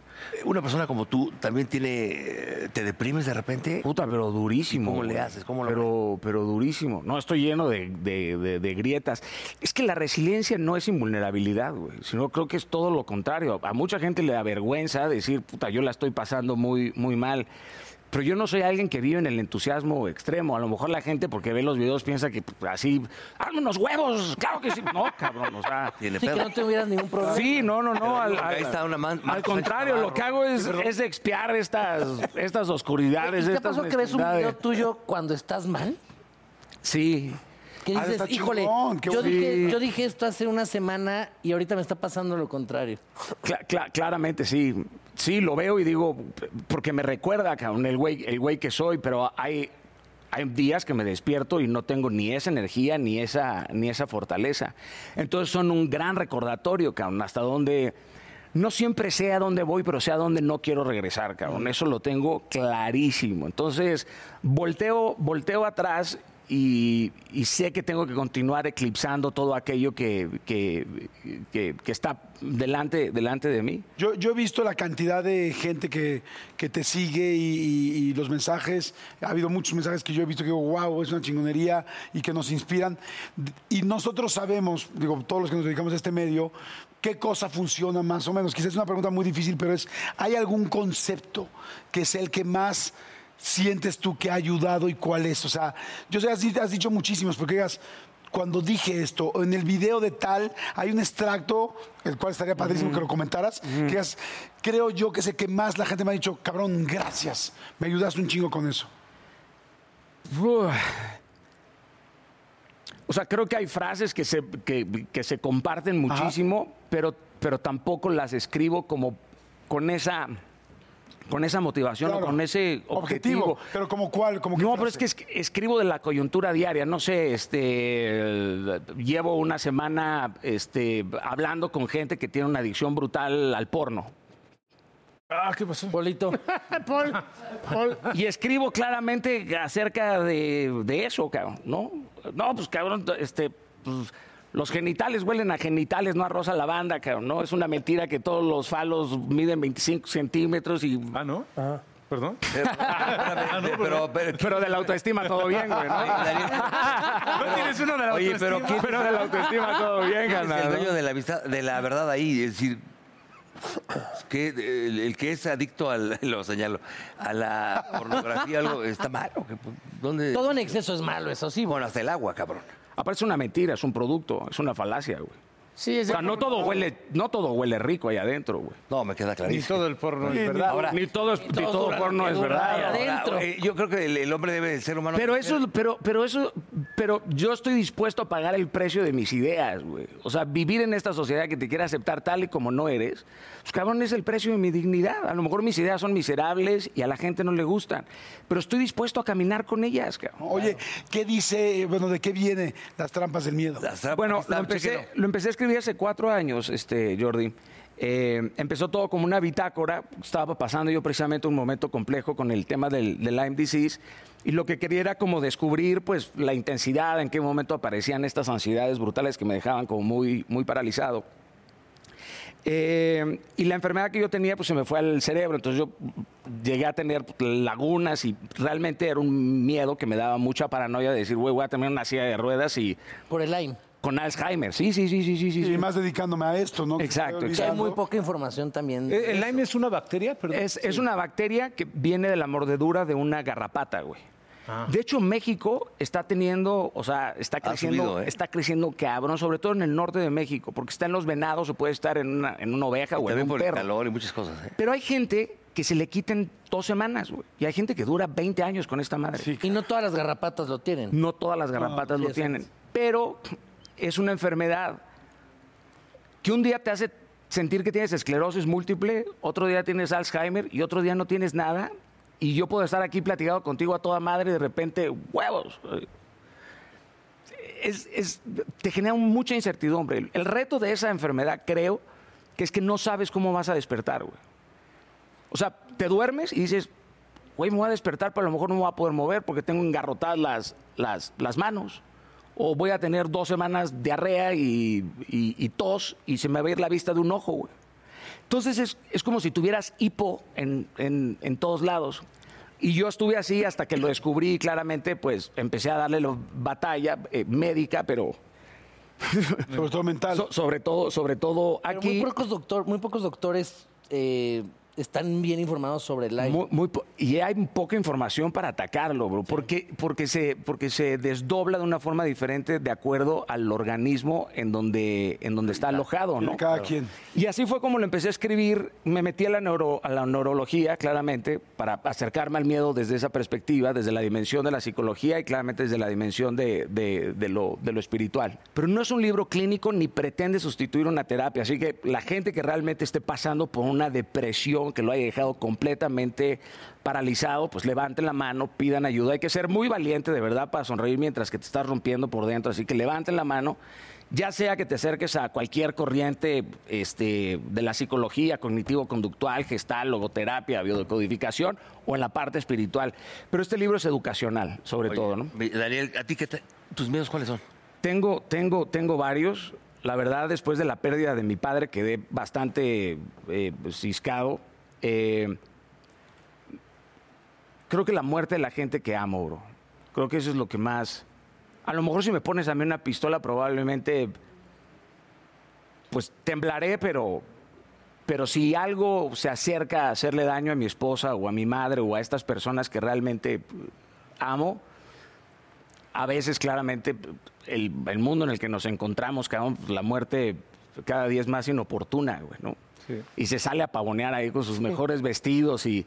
Una persona como tú también tiene... eh, ¿Te deprimes de repente?
Puta, pero durísimo.
¿Y cómo le
güey.
haces? ¿Cómo lo
pero, pero durísimo. No, estoy lleno de, de- de- de grietas. Es que la resiliencia no es invulnerabilidad, güey. Sino creo que es todo lo contrario. A mucha gente le da vergüenza decir, puta, yo la estoy pasando muy, muy mal. Pero yo no soy alguien que vive en el entusiasmo extremo. A lo mejor la gente, porque ve los videos, piensa que pues, así, ¡hazme unos huevos! ¡Claro que sí! No, cabrón, o sea...
Tiene
Sí, que
pedo.
no tuvieras ningún problema.
Sí, no, no, no. Al,
Ahí
al-
está una man-
al
Marcos
contrario,
Sánchez
lo que hago es, es expiar estas, estas oscuridades,
¿Y ¿Qué
estas
pasó que ves un
mezquindades.
video tuyo cuando estás mal?
Sí.
Que
Ah,
dices,
está
híjole,
chingón, qué
yo
bonito".
dije, yo dije esto hace una semana y ahorita me está pasando lo contrario.
Cla- cla- claramente, sí. Sí, lo veo y digo, p- porque me recuerda, cabrón, el güey, el güey que soy, pero hay, hay días que me despierto y no tengo ni esa energía, ni esa, ni esa fortaleza. Entonces son un gran recordatorio, cabrón, hasta donde... No siempre sé a dónde voy, pero sé a dónde no quiero regresar, cabrón. Eso lo tengo clarísimo. Entonces, volteo, volteo atrás y, y sé que tengo que continuar eclipsando todo aquello que, que- que- que está delante, delante de mí.
Yo, yo he visto la cantidad de gente que, que te sigue y, y- y los mensajes. Ha habido muchos mensajes que yo he visto que digo, wow, es una chingonería y que nos inspiran. Y nosotros sabemos, digo, todos los que nos dedicamos a este medio, qué cosa funciona más o menos. Quizás es una pregunta muy difícil, pero es, ¿hay algún concepto que es el que más sientes tú que ha ayudado y cuál es? O sea, yo sé, has, di- has dicho muchísimos, porque digas, cuando dije esto, o en el video de tal, hay un extracto, el cual estaría padrísimo que lo comentaras, que digas, creo yo que sé que más la gente me ha dicho, cabrón, gracias, me ayudaste un chingo con eso.
Uf. O sea, creo que hay frases que se, que, que se comparten muchísimo, pero, pero tampoco las escribo como con esa, con esa motivación o
Claro.
con ese objetivo.
Pero como cuál, como qué
No, pero es
frase?
que es- escribo de la coyuntura diaria. No sé, este, el- llevo una semana este, hablando con gente que tiene una adicción brutal al porno.
Ah, ¿qué pasó?
Polito,
Paul, Paul,
Y escribo claramente acerca de, de eso, cabrón, ¿no? No, pues cabrón, este, pues, los genitales huelen a genitales, no a rosa lavanda, cabrón, ¿no? Es una mentira que todos los falos miden 25 centímetros y... Ah,
Ah, ¿no? Perdón.
Espérame, pero, pero,
Pero de la autoestima todo bien, güey, ¿no?
Oye, Daniel.
No Ah, tienes uno de la
Oye, pero
autoestima.
¿quién-
Pero de la autoestima todo bien,
¿quién es
carnal,
el
¿no?
dueño de la, amistad- de la verdad ahí? Es decir, es que el, el que es adicto al, lo señalo, a la pornografía, algo, está mal. ¿o qué? ¿Dónde?
todo en exceso es malo, eso sí.
Bueno, hasta el agua, cabrón.
Aparece una mentira, es un producto, es una falacia, güey.
sí,
O
es
sea, no todo huele, no todo huele rico ahí adentro, güey.
No, me queda
Ni
clarísimo.
todo el porno es verdad.
Ahora-
ni todo, es- ni
todo
todo
dura lo
porno
que
es
dura.
verdad.
Ahora, Adentro.
eh, yo creo que el, el hombre debe, el ser humano.
Pero eso, pero, pero eso, pero yo estoy dispuesto a pagar el precio de mis ideas, güey. O sea, vivir en esta sociedad que te quiere aceptar tal y como no eres, pues cabrón, es el precio de mi dignidad. A lo mejor mis ideas son miserables y a la gente no le gustan. Pero estoy dispuesto a caminar con ellas, cabrón.
Oye, ¿qué dice, Eh, bueno, de qué viene las trampas del miedo?
Las trampas
Bueno,
están,
lo empecé,
chequenlo.
lo empecé a escribir hace cuatro años, este, Jordi. Eh, empezó todo como una bitácora. Estaba pasando yo precisamente un momento complejo con el tema del, del Lyme disease. Y lo que quería era como descubrir pues, la intensidad, en qué momento aparecían estas ansiedades brutales que me dejaban como muy, muy paralizado. Eh, y la enfermedad que yo tenía pues se me fue al cerebro, entonces yo llegué a tener lagunas y realmente era un miedo que me daba mucha paranoia de decir, güey, voy a tener una silla de ruedas y
Por el AIM.
con Alzheimer, sí, sí, sí, sí, sí, sí.
Y
sí.
más dedicándome a esto, ¿no? Que
Exacto,
estoy
Que hay muy
olvidando.
poca información también.
Eh, ¿El Lyme es una bacteria? Perdón.
Es, es una bacteria que viene de la mordedura de una garrapata, güey.
Ah.
De hecho, México está teniendo, o sea, está creciendo,
subido, ¿eh?
está creciendo cabrón, sobre todo en el norte de México, porque está en los venados o puede estar en una, en una oveja o en
También
un
por el
perro.
calor y muchas cosas. ¿eh?
Pero hay gente que se le quiten dos semanas, güey. Y hay gente que dura 20 años con esta madre.
Y no todas las garrapatas lo tienen.
No todas las garrapatas
sí,
lo
exacto.
tienen. Pero es una enfermedad que un día te hace sentir que tienes esclerosis múltiple, otro día tienes Alzheimer y otro día no tienes nada. Y yo puedo estar aquí platicado contigo a toda madre y de repente, huevos. eh, Es- es- te genera mucha incertidumbre. El reto de esa enfermedad, creo, que es que no sabes cómo vas a despertar, güey. O sea, te duermes y dices, güey, me voy a despertar, pero a lo mejor no me voy a poder mover porque tengo engarrotadas las, las, las manos. O voy a tener dos semanas diarrea y, y- y tos y se me va a ir la vista de un ojo, güey. Entonces es, es como si tuvieras hipo en, en- en todos lados. Y yo estuve así hasta que lo descubrí y claramente pues empecé a darle la batalla eh, médica, pero
Sobre todo mental.
so- sobre todo, sobre todo
Pero
aquí...
muy pocos doctor, muy pocos doctores eh, están bien informados sobre el aire.
Muy- muy po- y hay poca información para atacarlo, bro, porque, porque, se, porque se desdobla de una forma diferente de acuerdo al organismo en donde, en donde está alojado, ¿no?
Cada quien.
Y así fue como lo empecé a escribir. Me metí a la, neuro- a la neurología, claramente, para acercarme al miedo desde esa perspectiva, desde la dimensión de la psicología y claramente desde la dimensión de, de- de lo, de lo espiritual. Pero no es un libro clínico ni pretende sustituir una terapia. Así que la gente que realmente esté pasando por una depresión que lo haya dejado completamente paralizado, pues levanten la mano, pidan ayuda. Hay que ser muy valiente, de verdad, para sonreír mientras que te estás rompiendo por dentro. Así que levanten la mano ya sea que te acerques a cualquier corriente este, de la psicología cognitivo-conductual, gestal, logoterapia, biodecodificación o en la parte espiritual. Pero este libro es educacional, sobre todo, ¿no?
Oye, Daniel, ¿a ti qué te- tus miedos cuáles son?
Tengo, tengo, tengo varios. La verdad, después de la pérdida de mi padre, quedé bastante eh, ciscado. Eh, creo que la muerte de la gente que amo, bro. Creo que eso es lo que más. A lo mejor si me pones a mí una pistola, probablemente. Pues temblaré, pero. Pero si algo se acerca a hacerle daño a mi esposa o a mi madre o a estas personas que realmente amo, a veces claramente el, el mundo en el que nos encontramos, cabrón, pues, la muerte cada día es más inoportuna, güey, ¿no? Y se sale a pavonear ahí con sus mejores vestidos y,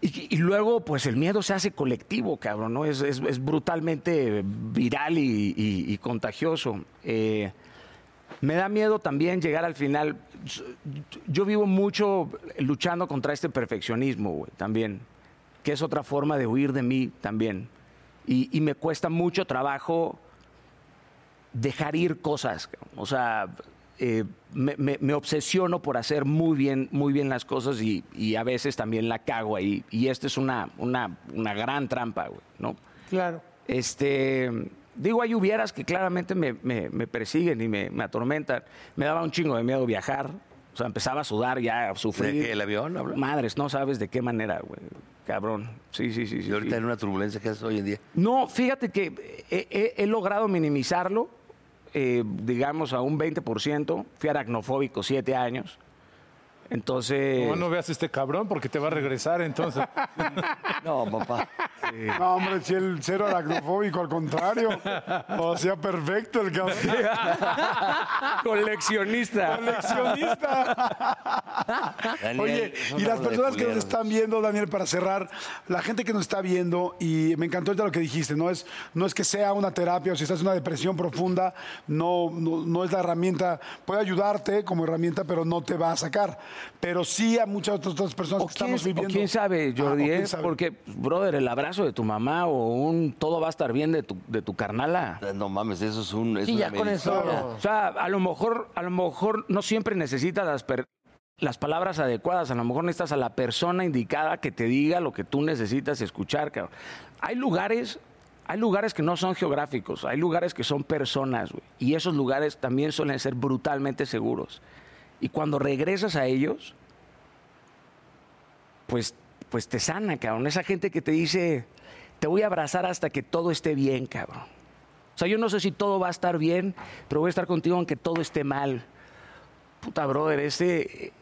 y, y luego, pues el miedo se hace colectivo, cabrón, ¿no? Es, es- es brutalmente viral y, y- y contagioso. Eh, me da miedo también llegar al final. Yo vivo mucho luchando contra este perfeccionismo, güey, también, que es otra forma de huir de mí también. Y, y me cuesta mucho trabajo dejar ir cosas. cabrón. O sea, eh, me, me- me obsesiono por hacer muy bien, muy bien las cosas y, y a veces también la cago ahí. Y esta es una, una, una gran trampa, güey, ¿no?
Claro.
Este, digo, hay hubieras que claramente me, me- me persiguen y me, me atormentan. Me daba un chingo de miedo viajar. O sea, empezaba a sudar ya, a sufrir.
¿De qué, el avión, habla?
Madres, no sabes de qué manera, güey. Cabrón. Sí, sí, sí. sí,
Y ahorita
sí.
en una turbulencia que es hoy en día.
No, fíjate que he, he- he logrado minimizarlo, eh, digamos, a un 20%. Fui aracnofóbico siete años. Entonces...
No, no veas este cabrón porque te va a regresar entonces.
No, papá.
No, hombre, si el cero aracnofóbico, al contrario. O sea, perfecto el cabrón.
Coleccionista.
Daniel,
Oye,
es un
y las
árbol de
personas que nos
culeros.
están viendo, Daniel, para cerrar, la gente que nos está viendo, y me encantó ahorita lo que dijiste, no es, no es que sea una terapia o si estás en una depresión profunda, no, no, no es la herramienta, puede ayudarte como herramienta, pero no te va a sacar. Pero sí a muchas otras, otras personas
O
que
quién,
estamos viviendo.
o quién sabe, Jordi,
Ah, o quién
¿eh?
sabe.
porque, brother, el abrazo de tu mamá o un todo va a estar bien de tu, de tu carnala.
No mames, eso es un. es
Sí, ya
una
con eso.
medicina.
ya.
O sea, a lo mejor, a lo mejor no siempre necesitas las, per- las palabras adecuadas, a lo mejor necesitas a la persona indicada que te diga lo que tú necesitas escuchar, cabrón. Hay lugares, hay lugares que no son geográficos, hay lugares que son personas, güey, y esos lugares también suelen ser brutalmente seguros. Y cuando regresas a ellos, pues, pues te sana, cabrón. Esa gente que te dice, te voy a abrazar hasta que todo esté bien, cabrón. O sea, yo no sé si todo va a estar bien, pero voy a estar contigo aunque todo esté mal. Puta, brother, este... eh,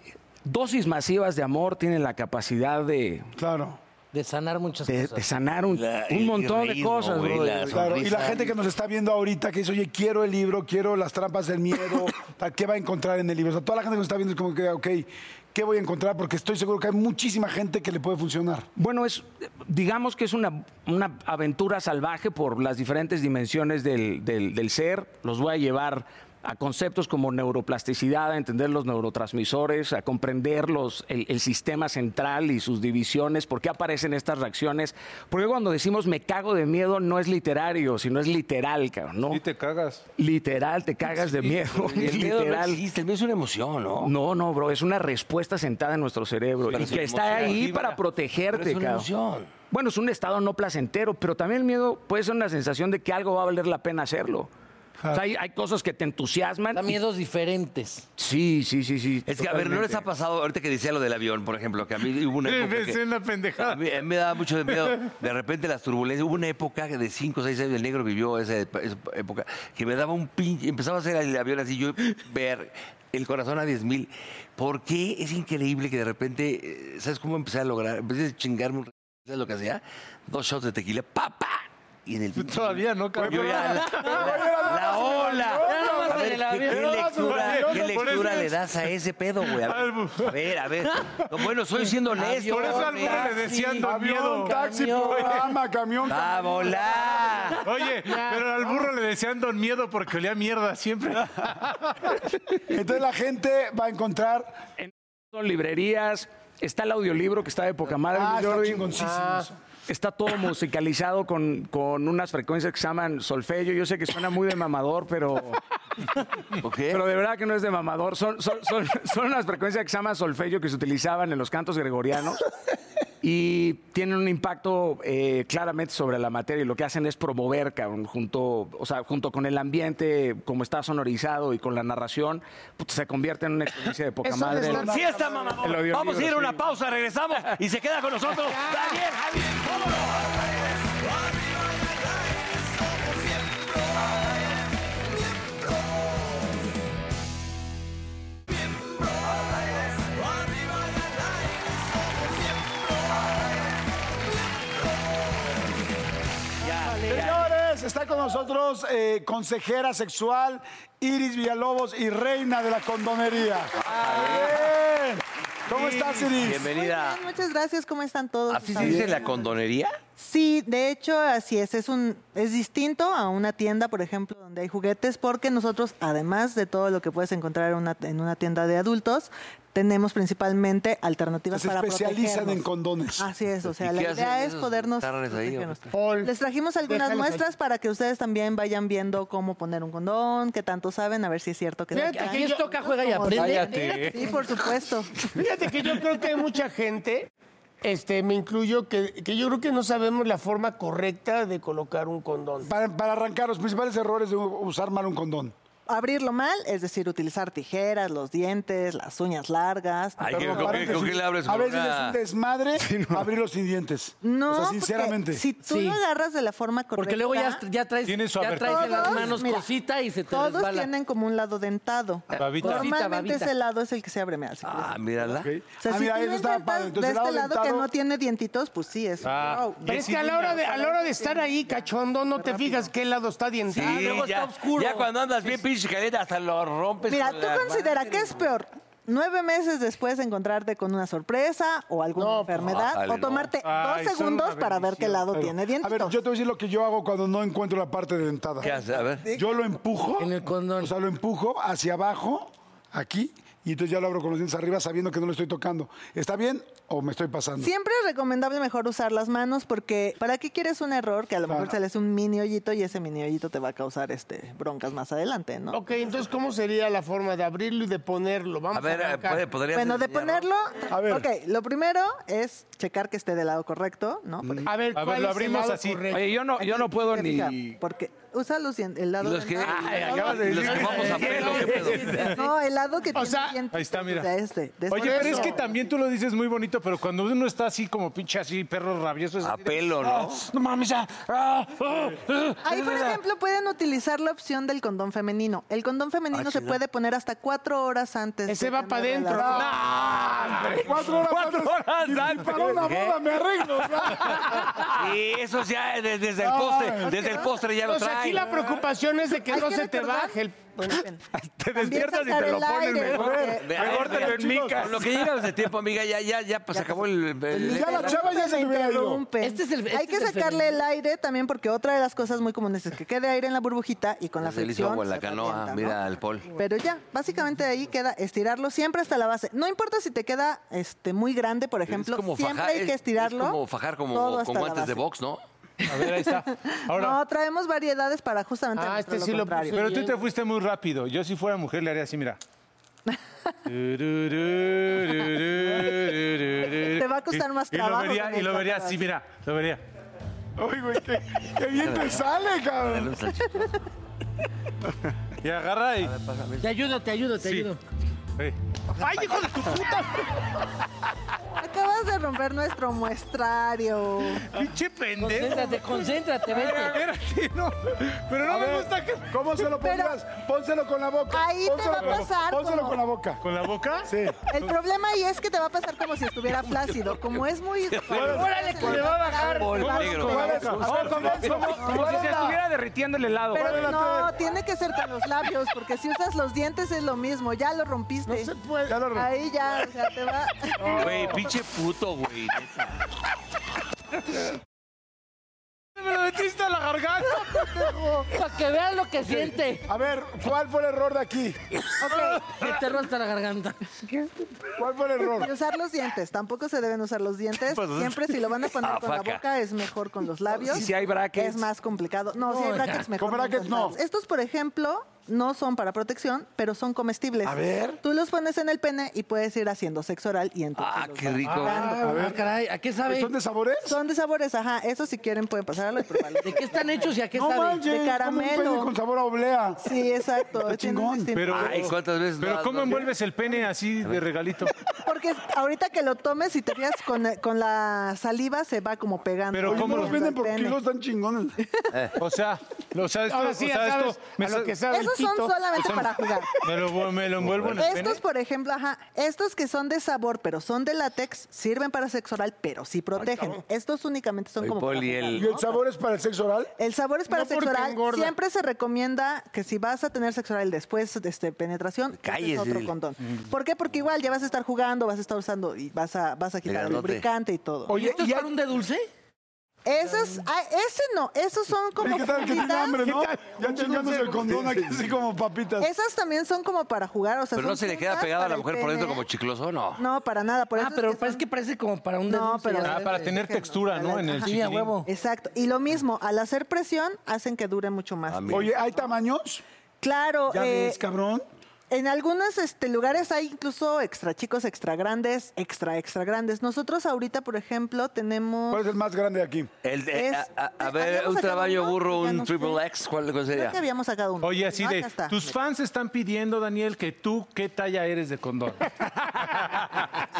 Dosis masivas de amor tienen la capacidad de,
Claro.
De sanar muchas
de- de
cosas.
sanar un,
La-
un
el
montón de
ritmo,
cosas,
güey,
brother.
la-
Claro, y la
sonrisa.
gente que nos está viendo ahorita que dice, oye, quiero el libro, quiero las trampas del miedo, tal, ¿qué va a encontrar en el libro? O sea, toda la gente que nos está viendo es como que, ok, ¿qué voy a encontrar? Porque estoy seguro que hay muchísima gente que le puede funcionar.
Bueno, es, digamos que es una, una aventura salvaje por las diferentes dimensiones del, del- del ser. Los voy a llevar a conceptos como neuroplasticidad, a entender los neurotransmisores, a comprender los- el, el sistema central y sus divisiones, por qué aparecen estas reacciones. Porque cuando decimos me cago de miedo no es literario, sino es literal, cabrón, ¿no?
Y te cagas.
Literal, te cagas de miedo.
Y El miedo no
literal.
existe, el miedo es una emoción, ¿no?
No, no, bro, es una respuesta sentada en nuestro cerebro
Pero
y
es
que está
emocional.
ahí
Sí,
para
vaya.
protegerte.
Pero es una
cabrón.
emoción.
Bueno, es un estado no placentero, pero también el miedo puede ser una sensación de que algo va a valer la pena hacerlo. O sea, hay, hay cosas que te entusiasman.
Da miedos diferentes.
Sí, sí, sí, sí.
Es que, a ver, ¿no les ha pasado, ahorita que decía lo del avión, por ejemplo, que a mí hubo una época que-
una
a
pendejada.
mí, a mí me daba mucho de miedo. De repente las turbulencias. Hubo una época de 5 o 6 años, el negro vivió esa, esa época, que me daba un pinche... Empezaba a hacer el avión así, yo ver el corazón a 10 mil. ¿Por qué es increíble que de repente, eh, ¿sabes cómo empecé a lograr? Empecé a chingarme un... ¿Sabes lo que hacía? Dos shots de tequila, ¡papa! Y en el... pinche-
Todavía no, cabrón.
Yo ya, la, la- la ola. A ver, ¿qué, qué lectura, qué lectura le das a ese pedo, güey? A ver, a ver. a ver. No, bueno, soy siendo honesto.
Por eso al
güey.
burro le decían don
Avión,
miedo.
taxi,
camión.
programa, camión.
¡Va a volar!
Oye, pero al burro le decían don miedo porque olía mierda siempre.
Entonces la gente va a encontrar.
Son librerías, está el audiolibro que está de poca madre.
Ah,
mi
está
Jordi.
chingoncísimo eso.
Está todo musicalizado con, con unas frecuencias que se llaman solfeyo. Yo sé que suena muy de mamador, pero,
¿Ok?
pero de verdad que no es de mamador. Son, son, son, son las frecuencias que se llaman solfeyo que se utilizaban en los cantos gregorianos y tienen un impacto eh, claramente sobre la materia. Y lo que hacen es promover, cabrón, junto, o sea, junto con el ambiente, como está sonorizado y con la narración, puta, se convierte en una experiencia de poca
Eso
madre.
está-
Sí está,
El
mamador.
audiolibro,
Vamos a ir a una
sí.
pausa, regresamos y se queda con nosotros Daniel Javier.
Señores, está con nosotros eh, consejera sexual Iris Villalobos y reina de la condonería. Bien. ¿Cómo estás, Iris?
Bienvenida.
Muchas gracias, ¿cómo están todos?
¿Así se dice la condonería?
Sí, de hecho, así es. Es, un, es distinto a una tienda, por ejemplo, donde hay juguetes, porque nosotros, además de todo lo que puedes encontrar en una, en una tienda de adultos, tenemos principalmente alternativas
Se
para
especializan en
protegernos.
condones.
Así es, o sea,
¿Y
la
qué
idea
hacen
es
esos
podernos
tarres ahí,
protegernos.
o
Paul,
Les trajimos algunas
déjalos ahí.
muestras para que ustedes también vayan viendo cómo poner un condón, qué tanto saben, a ver si es cierto que no.
Fíjate
Ah,
que
Aquí es
yo-
toca, juega y aprende.
Sí, por supuesto.
Fíjate que yo creo que hay mucha gente, este, me incluyo, que, que yo creo que no sabemos la forma correcta de colocar un condón.
Para, para arrancar, los principales errores de u- usar mal un condón.
Abrirlo mal, es decir, utilizar tijeras, los dientes, las uñas largas.
Ay, que-
Perdón,
¿con qué-
paréntesis.
con qué le abres
A
con
veces
una-
es un desmadre abrirlo sin dientes.
No,
O sea,
porque
sinceramente.
Si tú
Sí.
lo agarras de la forma correcta.
Porque luego ya, ya traes,
Tiene su
ya traes en
abertura.
las
Todos,
manos
mira,
cosita y se te
Todos
resbala.
tienen como un lado dentado.
Babita.
Babita,
Normalmente
babita.
ese lado es el que se abre más.
Ah, mírala.
O sea,
Ah,
si
mira,
tú
eso
lo
estaba
intentas
padre. Entonces,
de
el
este
lado
lado que
dentado- Ah,
no tiene dientitos, pues sí es. wow.
Pero es que a la hora de, a la hora de estar ahí, cachondón, no te fijas qué lado está
Sí,
dientado.
Ah,
luego
ya,
está oscuro.
ya cuando andas bien pinche caliente hasta lo rompes.
Mira,
con
tú
pues, la
considera
madre.
que es peor nueve meses después encontrarte con una sorpresa o alguna enfermedad
ájale,
o
no.
tomarte dos
Ay, son
segundos
una
para ver qué lado
Pero,
tiene dientes.
A ver, yo te voy a decir lo que yo hago cuando no encuentro la parte dentada.
¿Qué haces? A ver.
Yo lo empujo.
En el condón.
O sea, lo empujo hacia abajo, aquí, y entonces ya lo abro con los dientes arriba sabiendo que no lo estoy tocando. ¿Está bien o me estoy pasando?
Siempre es recomendable mejor usar las manos porque ¿para qué quieres un error que a lo mejor se le hace un mini hoyito y ese mini hoyito te va a causar este broncas más adelante, ¿no?
Ok, entonces, ¿cómo sería la forma de abrirlo y de ponerlo? Vamos
A
a
ver, eh,
arrancar.
¿puede- podrías
Bueno, de
enseñarnos?
ponerlo,
A ver.
ok, lo primero es checar que esté del lado correcto, ¿no? Porque-
A ver,
A ver,
¿cuál
lo
es el
abrimos
lado
así.
correcto?
Oye, yo no, yo no puedo
te fija,
ni.
Porque usa los dien- el lado
Los que,
dentado.
Ay, acabas de los que vamos a pelo, qué pedo.
No, el lado que tiene
sea,
dientes,
ahí está, mira.
o sea, este, de
Oye,
este
pero es
lado.
que también tú lo dices muy bonito, pero cuando uno está así como pinche así, perro rabioso. es-
A pelo, ¿no?
No mames, ya. Ah, ah, ah.
Ahí, por ejemplo, pueden utilizar la opción del condón femenino. El condón femenino se puede poner hasta cuatro horas antes.
Ese
de
va para
tener
adentro.
relación.
Cuatro horas. antes, y Para una boda me arreglo.
Sí, eso ya desde, desde el postre, desde el postre ya lo
O
Pues
sea, Pues aquí
traen.
la preocupación es de que
Hay
no
que
se te
recordar-
baje el...
Te
También
despiertas y
sacar
te lo
el
pones
aire,
mejor.
porque-
Ve, a ver,
Mejor te
mira,
lo enmicas.
Con lo que llegas de tiempo, amiga, ya, ya, ya, pues se acabó el... el-
Ya la chava ya se le hubiera ido.
Interrumpen.
Este es el- este
Hay que
es el
sacarle
femenino.
el aire también porque otra de las cosas muy comunes es que quede aire en la burbujita y con la
Se le hizo
fricción
agua en la
se
canoa,
revienta, ¿no?
mira al Paul.
Pero ya, básicamente ahí queda estirarlo siempre hasta la base. No importa si te queda este muy grande, por ejemplo, siempre hay
es-
que estirarlo.
Es como fajar
todo
como
hasta
con
la
guantes de
base.
box, ¿no?
A ver, ahí está. Ahora,
No, traemos variedades para justamente
Ah,
demostrar
este sí lo
contrario.
pero tú te fuiste muy rápido. Yo si fuera mujer le haría así, mira. Te
va a costar más
Y
trabajo
lo vería,
con
y lo
el
vería
tapabocas.
así, mira. Lo vería.
Ay, güey, qué, qué bien te sale, cabrón.
Y agarra y.
Te ayudo, te ayudo, te
Sí.
ayudo.
Ey.
¡Ay, hijo de tu puta! Acabas de romper nuestro muestrario.
¡Pinche pendejo!
Concéntrate, concéntrate, vete.
Espérate, no. Pero no
A
me
ver,
gusta que.
¿Cómo se lo
Pero-
pondrías? Pónselo con la boca.
Ahí te
Pónselo
va a
con la boca.
pasar
Pónselo
como-
con la boca.
¿Con la boca?
Sí.
El problema ahí es que te va a pasar como si estuviera flácido. Como es muy.
Órale, que le va a bajar.
Por
Vamos
negro.
con la boca.
Oh, como, como- como si se estuviera derritiendo el helado.
Pero no, tiene que ser con los labios, porque si usas los dientes es lo mismo. Ya lo rompiste.
Ya lo rompí.
Ahí ya, o sea, te va.
Güey, pinche puto, güey. neta.
Me lo metiste a la garganta.
Para que vean lo que siente.
A ver, ¿cuál fue el error de aquí?
Meterlo hasta la garganta.
¿Cuál fue el error?
Y usar los dientes. Tampoco se deben usar los dientes. Siempre si lo van a poner
Ah,
con la
faca.
boca es mejor con los labios.
Si hay brackets.
Es más complicado. No, si hay brackets mejor.
Con brackets no.
encontrarlos. Estos, por ejemplo, no son para protección, pero son comestibles.
A ver.
Tú los pones en el pene y puedes ir haciendo sexo oral y entonces
Ah,
los
qué
vas
rico.
sacando.
Ah, caray, ¿a qué sabe?
¿Son de sabores?
Son de sabores, ajá. Eso si quieren pueden pasarlo y probarlo.
¿De qué están hechos y a qué
No
sabe?
manches,
de caramelo.
como un pene con sabor a oblea.
Sí, exacto.
Está
Tienen
chingón.
distintos-
Pero,
Ay, ¿cuántas veces? no
pero
has-
¿cómo envuelves el pene así de regalito?
Porque ahorita que lo tomes, si te fijas, con, con la saliva se va como pegando.
Pero
Ahí
¿cómo
¿Cómo los
viendo el
venden por
pene.
kilos tan chingones?
Eh.
O sea, lo sabes
Ahora sí,
o
ya
sea,
sabes
esto me,
a
sa-
lo que sabe el
Esos son
pito.
solamente para jugar.
me lo, me lo envuelvo en el pene.
Estos, por ejemplo, ajá, estos que son de sabor, pero son de látex, sirven para sexo oral, pero sí protegen. estos únicamente son
Ay,
como para
Poli,
jugar,
el-
¿Y el sabor es para el sexo oral?
El sabor es para
No,
sexo
porque
oral.
engorda.
Siempre se recomienda que si vas a tener sexo oral después de este, penetración,
Cállese.
es otro condón.
Mm.
¿Por qué? Porque igual ya vas a estar jugando, vas a estar usando y vas a, vas a quitar el
grandote.
lubricante y todo.
¿Y esto es
y
para un de dulce?
Esos, ah, ese no, esos son como
¿Qué tal que tiene
frutitas.
hambre, no? Ya chingándose el condón aquí así como papitas.
Esas también son como para jugar, o sea,
Pero no
son
se le queda
frutas
pegada a
para
la
el
mujer por dentro
pene.
como chicloso, no.
No, para nada. Por eso
Ah,
es
pero
que
parece
son-
que parece como para un de
No,
dulce.
pero-
ya.
Ah, para tener textura, ¿no? En el
Sí, a
chiquilín.
huevo.
Exacto. Y lo mismo, al hacer presión, hacen que dure mucho más.
Ah, mira.
Oye, ¿hay tamaños?
Claro,
¿Ya
eh,
ves, cabrón?
en algunos este, lugares hay incluso extra chicos, extra grandes, extra, extra grandes. Nosotros ahorita, por ejemplo, tenemos...
¿Cuál es el más grande de aquí?
El de-
es-
a, a- a
eh,
ver,
habíamos
un
sacado
trabajo
uno,
burro,
ya
un
no sé.
triple X, ¿cuál cuál
Creo
sería?
que habíamos sacado uno.
Oye, así
Ah,
de,
acá está.
tus fans están pidiendo, Daniel, que tú, ¿qué talla eres de condón?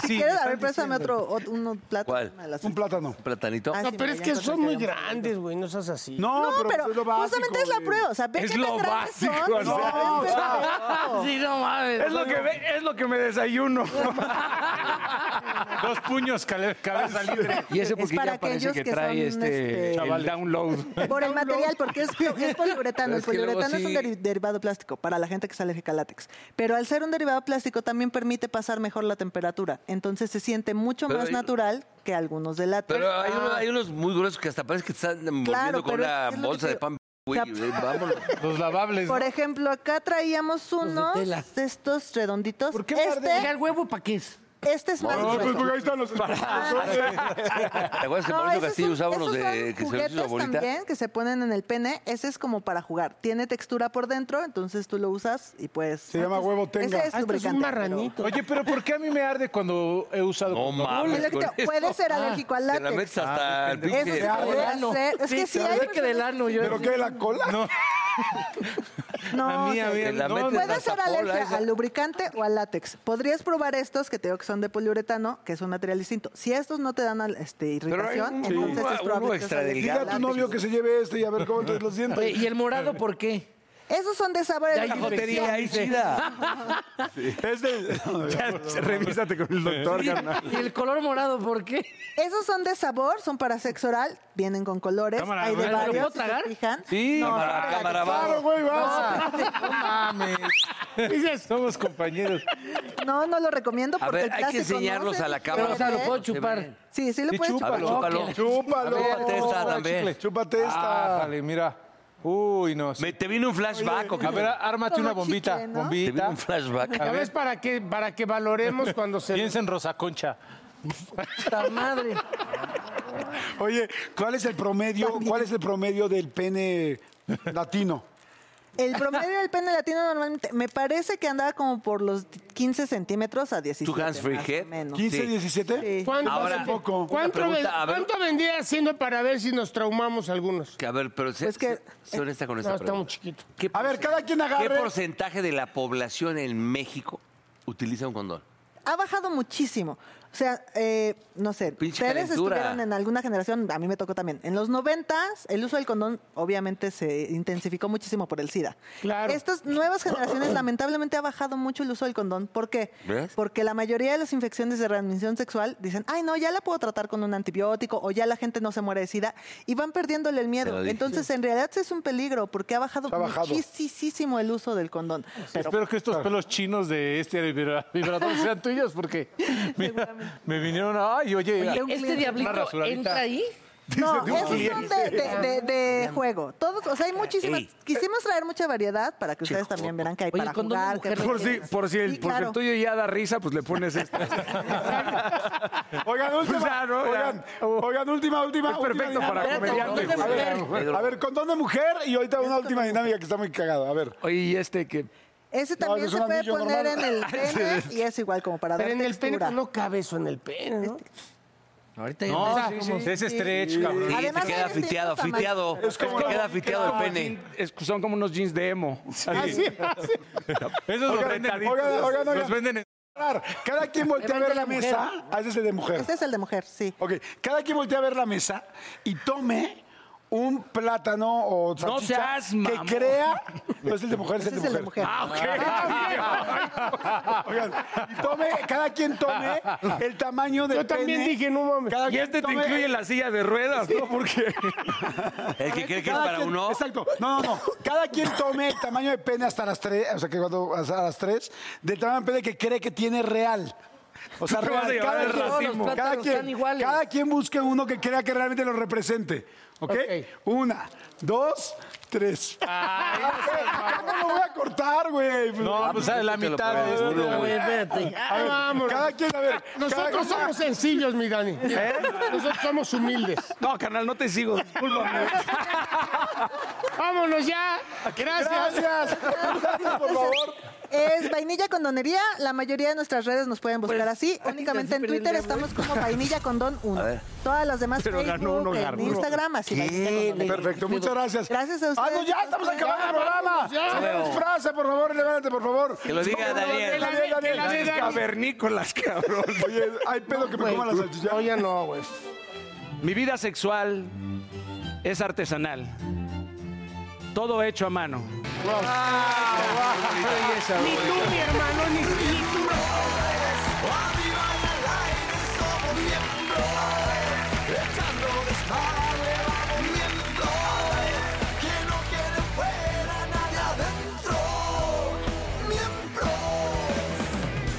Si
Sí,
quieres,
me
a ver,
están
préstame
diciendo.
otro, ot- uno plato.
¿Cuál?
una de las-
Un plátano.
¿Un platanito?
Ah,
No,
sí,
pero
mira,
es
ya
que
encontré
son muy
ya un poquito.
grandes, güey, no seas así.
No,
No,
pero,
pero
pues es lo básico.
justamente es la
güey.
prueba. O sea, ve
Es
qué
lo
tan grandes son.
básico, o sea,
No,
o sea,
no.
Sí, no mames.
Es lo que me, es lo que me desayuno.
Dos puños, cale- cabeza libre.
Y ese
Es
porque
para
ya parece
aquellos
que
que
trae
son,
este,
este,
el download.
Por el material, porque es, es poliuretano. El
Es que luego
poliuretano es un
sí.
deri- derivado plástico para la gente que se alérgica al látex. Pero al ser un derivado plástico también permite pasar mejor la temperatura. Entonces se siente mucho
Pero
más
hay-
natural que algunos de látex.
Pero hay,
Ah.
uno- hay unos muy gruesos que hasta parece que te están envolviendo con
pero
una
es- es lo que
bolsa
te
de pan,
O
güey.
sea,
eh, Vámonos.
Los
Ah.
lavables. ¿no?
Por ejemplo, acá traíamos unos de,
tela.
estos redonditos.
¿Por qué
Oiga,
este,
¿el huevo para qué es?
este es más
No, pues
grueso.
porque ahí están los
¿Te acuerdas que
Ah, No,
Mauricio
esos
Castillo
son-
usaba unos
esos
de
son
que se los hizo su
juguetes
abuelita?
también que se ponen en el pene. Ese es como para jugar. Tiene textura por dentro, entonces tú lo usas y pues...
Se llama huevo tenga.
Ese es
Ah, esto es un
lubricante, pero-
marranito.
Oye, pero ¿por qué a mí me arde cuando he usado
No
condón?
mames.
Electro-
con eso.
puede ser alérgico
Te
al
la metes
látex.
hasta
Ah,
el
Eso sí
pinche.
puede ser. Es que sí hay
que del
personas
ano,
que
yo-
¿Pero qué, la cola? No.
No,
A mí,
o
a
sea,
mí,
Te la
no,
metes
Puede
hasta
ser
cola
alergia
esa.
al lubricante o al látex. Podrías probar estos que te digo que son de poliuretano, que es un material distinto. Si estos no te dan al- este,
Pero hay
irritación,
un-
entonces
uno-
es probable
uno
que
extra
seas
delgado.
alérgico al
Dile a tu
látex.
novio que se lleve este y a ver cómo te los
Oye,
dientes.
¿Y el morado por qué?
Esos son de sabor
Ya hay
alérgico.
Jotería ahí chida.
Este.
Revísate con el doctor, carnal.
¿Y el color morado por qué?
Esos son de sabor, son para sexo oral, vienen con colores,
Cámara,
hay de
¿me lo
puedo
varios, si se
tragar?
fijan.
Sí,
Cámara, cámara,
Claro,
vamos.
güey, vas.
mames. Dices, somos compañeros.
No, no lo recomiendo
A
porque
ver,
el
hay que
plástico no
enseñarlos
se
a la
puede
cámara.
Pero, o sea, lo
ver.
puedo
Se ven.
chupar.
Sí, sí lo
Sí,
puedes
A ver,
chupar.
chúpalo.
Chúpalo.
A ver, chúpate esta también.
Chúpate esta.
Ájale, mira. Uy, no. sé.
Me, te vino un flashback, ¿o qué?
A ver, ármate
Todo
una bombita.
chicle, ¿no?
te vino
Bombita.
un flashback.
¿Ya ves para que, para que valoremos cuando se...
Piensa en Rosa Concha.
¡Puta madre!
Oye, ¿cuál es el promedio? ¿Cuál es el promedio del pene latino?
El promedio del pene latino normalmente, me parece que andaba como por los 15 centímetros a 17.
¿Tu hands free
más o
head?
menos.
15, 17.
Sí.
¿Cuánto,
Ahora,
hace
una
¿cuánto,
pregunta,
ven-
a ver.
cuánto vendía haciendo para ver si nos traumamos algunos?
Que, a ver, pero sé,
Pues que-
sé- sé honesta con
No,
esta
está muy
pregunta.
chiquito.
¿Qué
A ver, cada quien
¿Qué
agarre.
porcentaje de la población en México utiliza un condón?
Ha bajado muchísimo. O sea, eh, no sé,
Pinche
ustedes
calentura.
estuvieron en alguna generación, a mí me tocó también. En los noventas, el uso del condón obviamente se intensificó muchísimo por el SIDA.
Claro.
Estas nuevas generaciones lamentablemente ha bajado mucho el uso del condón. ¿Por qué?
¿Ves?
Porque la mayoría de las infecciones de transmisión sexual dicen, ay no, ya la puedo tratar con un antibiótico o ya la gente no se muere de SIDA y van perdiéndole
Te
el
lo
miedo.
dije.
Entonces, en realidad sí es un peligro porque ha bajado,
Ha bajado.
muchísimo el uso del condón. Pero
Espero que estos pelos chinos de este vibra- vibrador sean tuyos porque mira, me vinieron a... Ay, oye,
Oye,
una
Este diablito
rasuradita.
entra ahí.
No, esos son de, de- de- de juego. Todos, o sea, hay muchísimas.
Ey.
Quisimos traer mucha variedad para que ustedes también vean que hay
Oye,
para
condón de
jugar. que
mujer.
Por si,
requieres.
por si el,
Sí,
porque el
claro.
tuyo ya da risa, pues le pones esto.
Oigan, última.
Pues ya, ¿no? Ya.
oigan, oigan, última, última.
Es
última
perfecto para
dinámica.
comediante,
A ver, a ver, a ver, condón de mujer y ahorita una última dinámica que está muy cagada. A ver.
Oye, y este que.
Ese
No,
también
es
se
un
puede
anillo
poner
normal.
en el pene y es igual como para dar
Pero en el pene
textura. Este,
pues, no cabe eso en el pene, ¿no?
Ahorita ya
No,
no sé
sí,
cómo-
sí.
Es stretch, cabrón.
Sí,
Además,
te queda
ellos tienen
fiteado,
tamaño.
fiteado.
Es como
te
la
queda
boquita.
fiteado el pene.
Es- son como unos jeans de emo.
Así, así.
Esos los
Oigan,
venden,
oigan, oigan, oigan.
los venden en...
Cada quien voltea a ver la
Depende de la
mesa. Ah, ese es el de mujer.
Este es el de mujer, sí.
Ok, cada quien voltea a ver la mesa y tome un plátano o salchicha
seas
que
mamón.
crea. No es el de mujer, es el
Ese
de
es el
mujer.
de mujer.
Ah, ok. Oigan, y tome, cada quien tome el tamaño del
Yo también
pene.
dije, no mames.
Cada
Y
quien
este te
tome-
incluye la silla de ruedas, ¿no? Porque.
El que cree que es
cada
para
quien-
uno.
Exacto. No, no, no. Cada quien tome el tamaño de pene hasta las tres, o sea, que cuando, hasta las tres, del tamaño de pene que cree que tiene real. O sea,
Tú te vas a
real.
llevar
Cada,
el
quien,
racismo.
cada
Los plátanos
quien-
están iguales.
cada quien busque uno que crea que realmente lo represente. ¿Ok? Una, dos, tres. Ah, no lo voy a cortar, güey. Ah,
No, pues a la
Te lo
mitad.
pones,
este,
güey.
uno, güey.
Espérate.
A ver, cada quien, a ver.
Nosotros
cada-
somos sencillos, mi Dani. Nosotros somos humildes.
No, carnal, no te sigo. Discúlpame.
Vámonos ya. Gracias.
Gracias. Gracias, por favor.
Es vainilla condonería. La mayoría de nuestras redes nos pueden buscar así. Únicamente en
súper
Twitter
el dedo.
estamos como vainilla condón 1. Todas las demás
Pero ganó
Facebook,
uno,
en
ganó.
Instagram, así vainilla condonería.
Perfecto, muchas gracias.
Gracias a
Ah, no,
ustedes.
ya estamos acabando el programa. Señores, frase, por favor, levántate, por favor.
Que lo diga Daniel.
Daniel, Daniel, Daniel.
Cavernícolas, cabrón.
Oye, hay pedo que me coma la salchicha.
No, ya no, güey.
Mi vida sexual es artesanal. Todo hecho a mano.
Ni tú, mi hermano, ni, ni tú.
Arriba en el aire somos miembro, echando desmadre vamos miembro, que no quede fuera nadie adentro, miembro.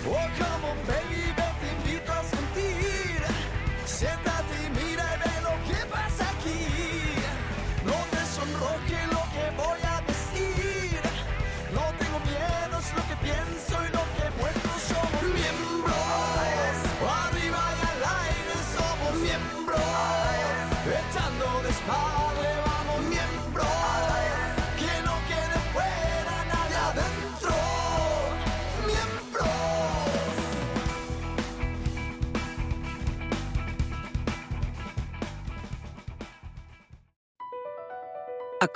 Oh, como baby, te invito a sentir, siéntate y mira y ve lo que pasa aquí. No te sonroje lo que voy a decir, no tengo miedo, es lo que pienso y lo que muestro somos miembros. Arriba y al aire somos miembros. Echando desmadre vamos miembros. Que no quede fuera nadie adentro. Miembros.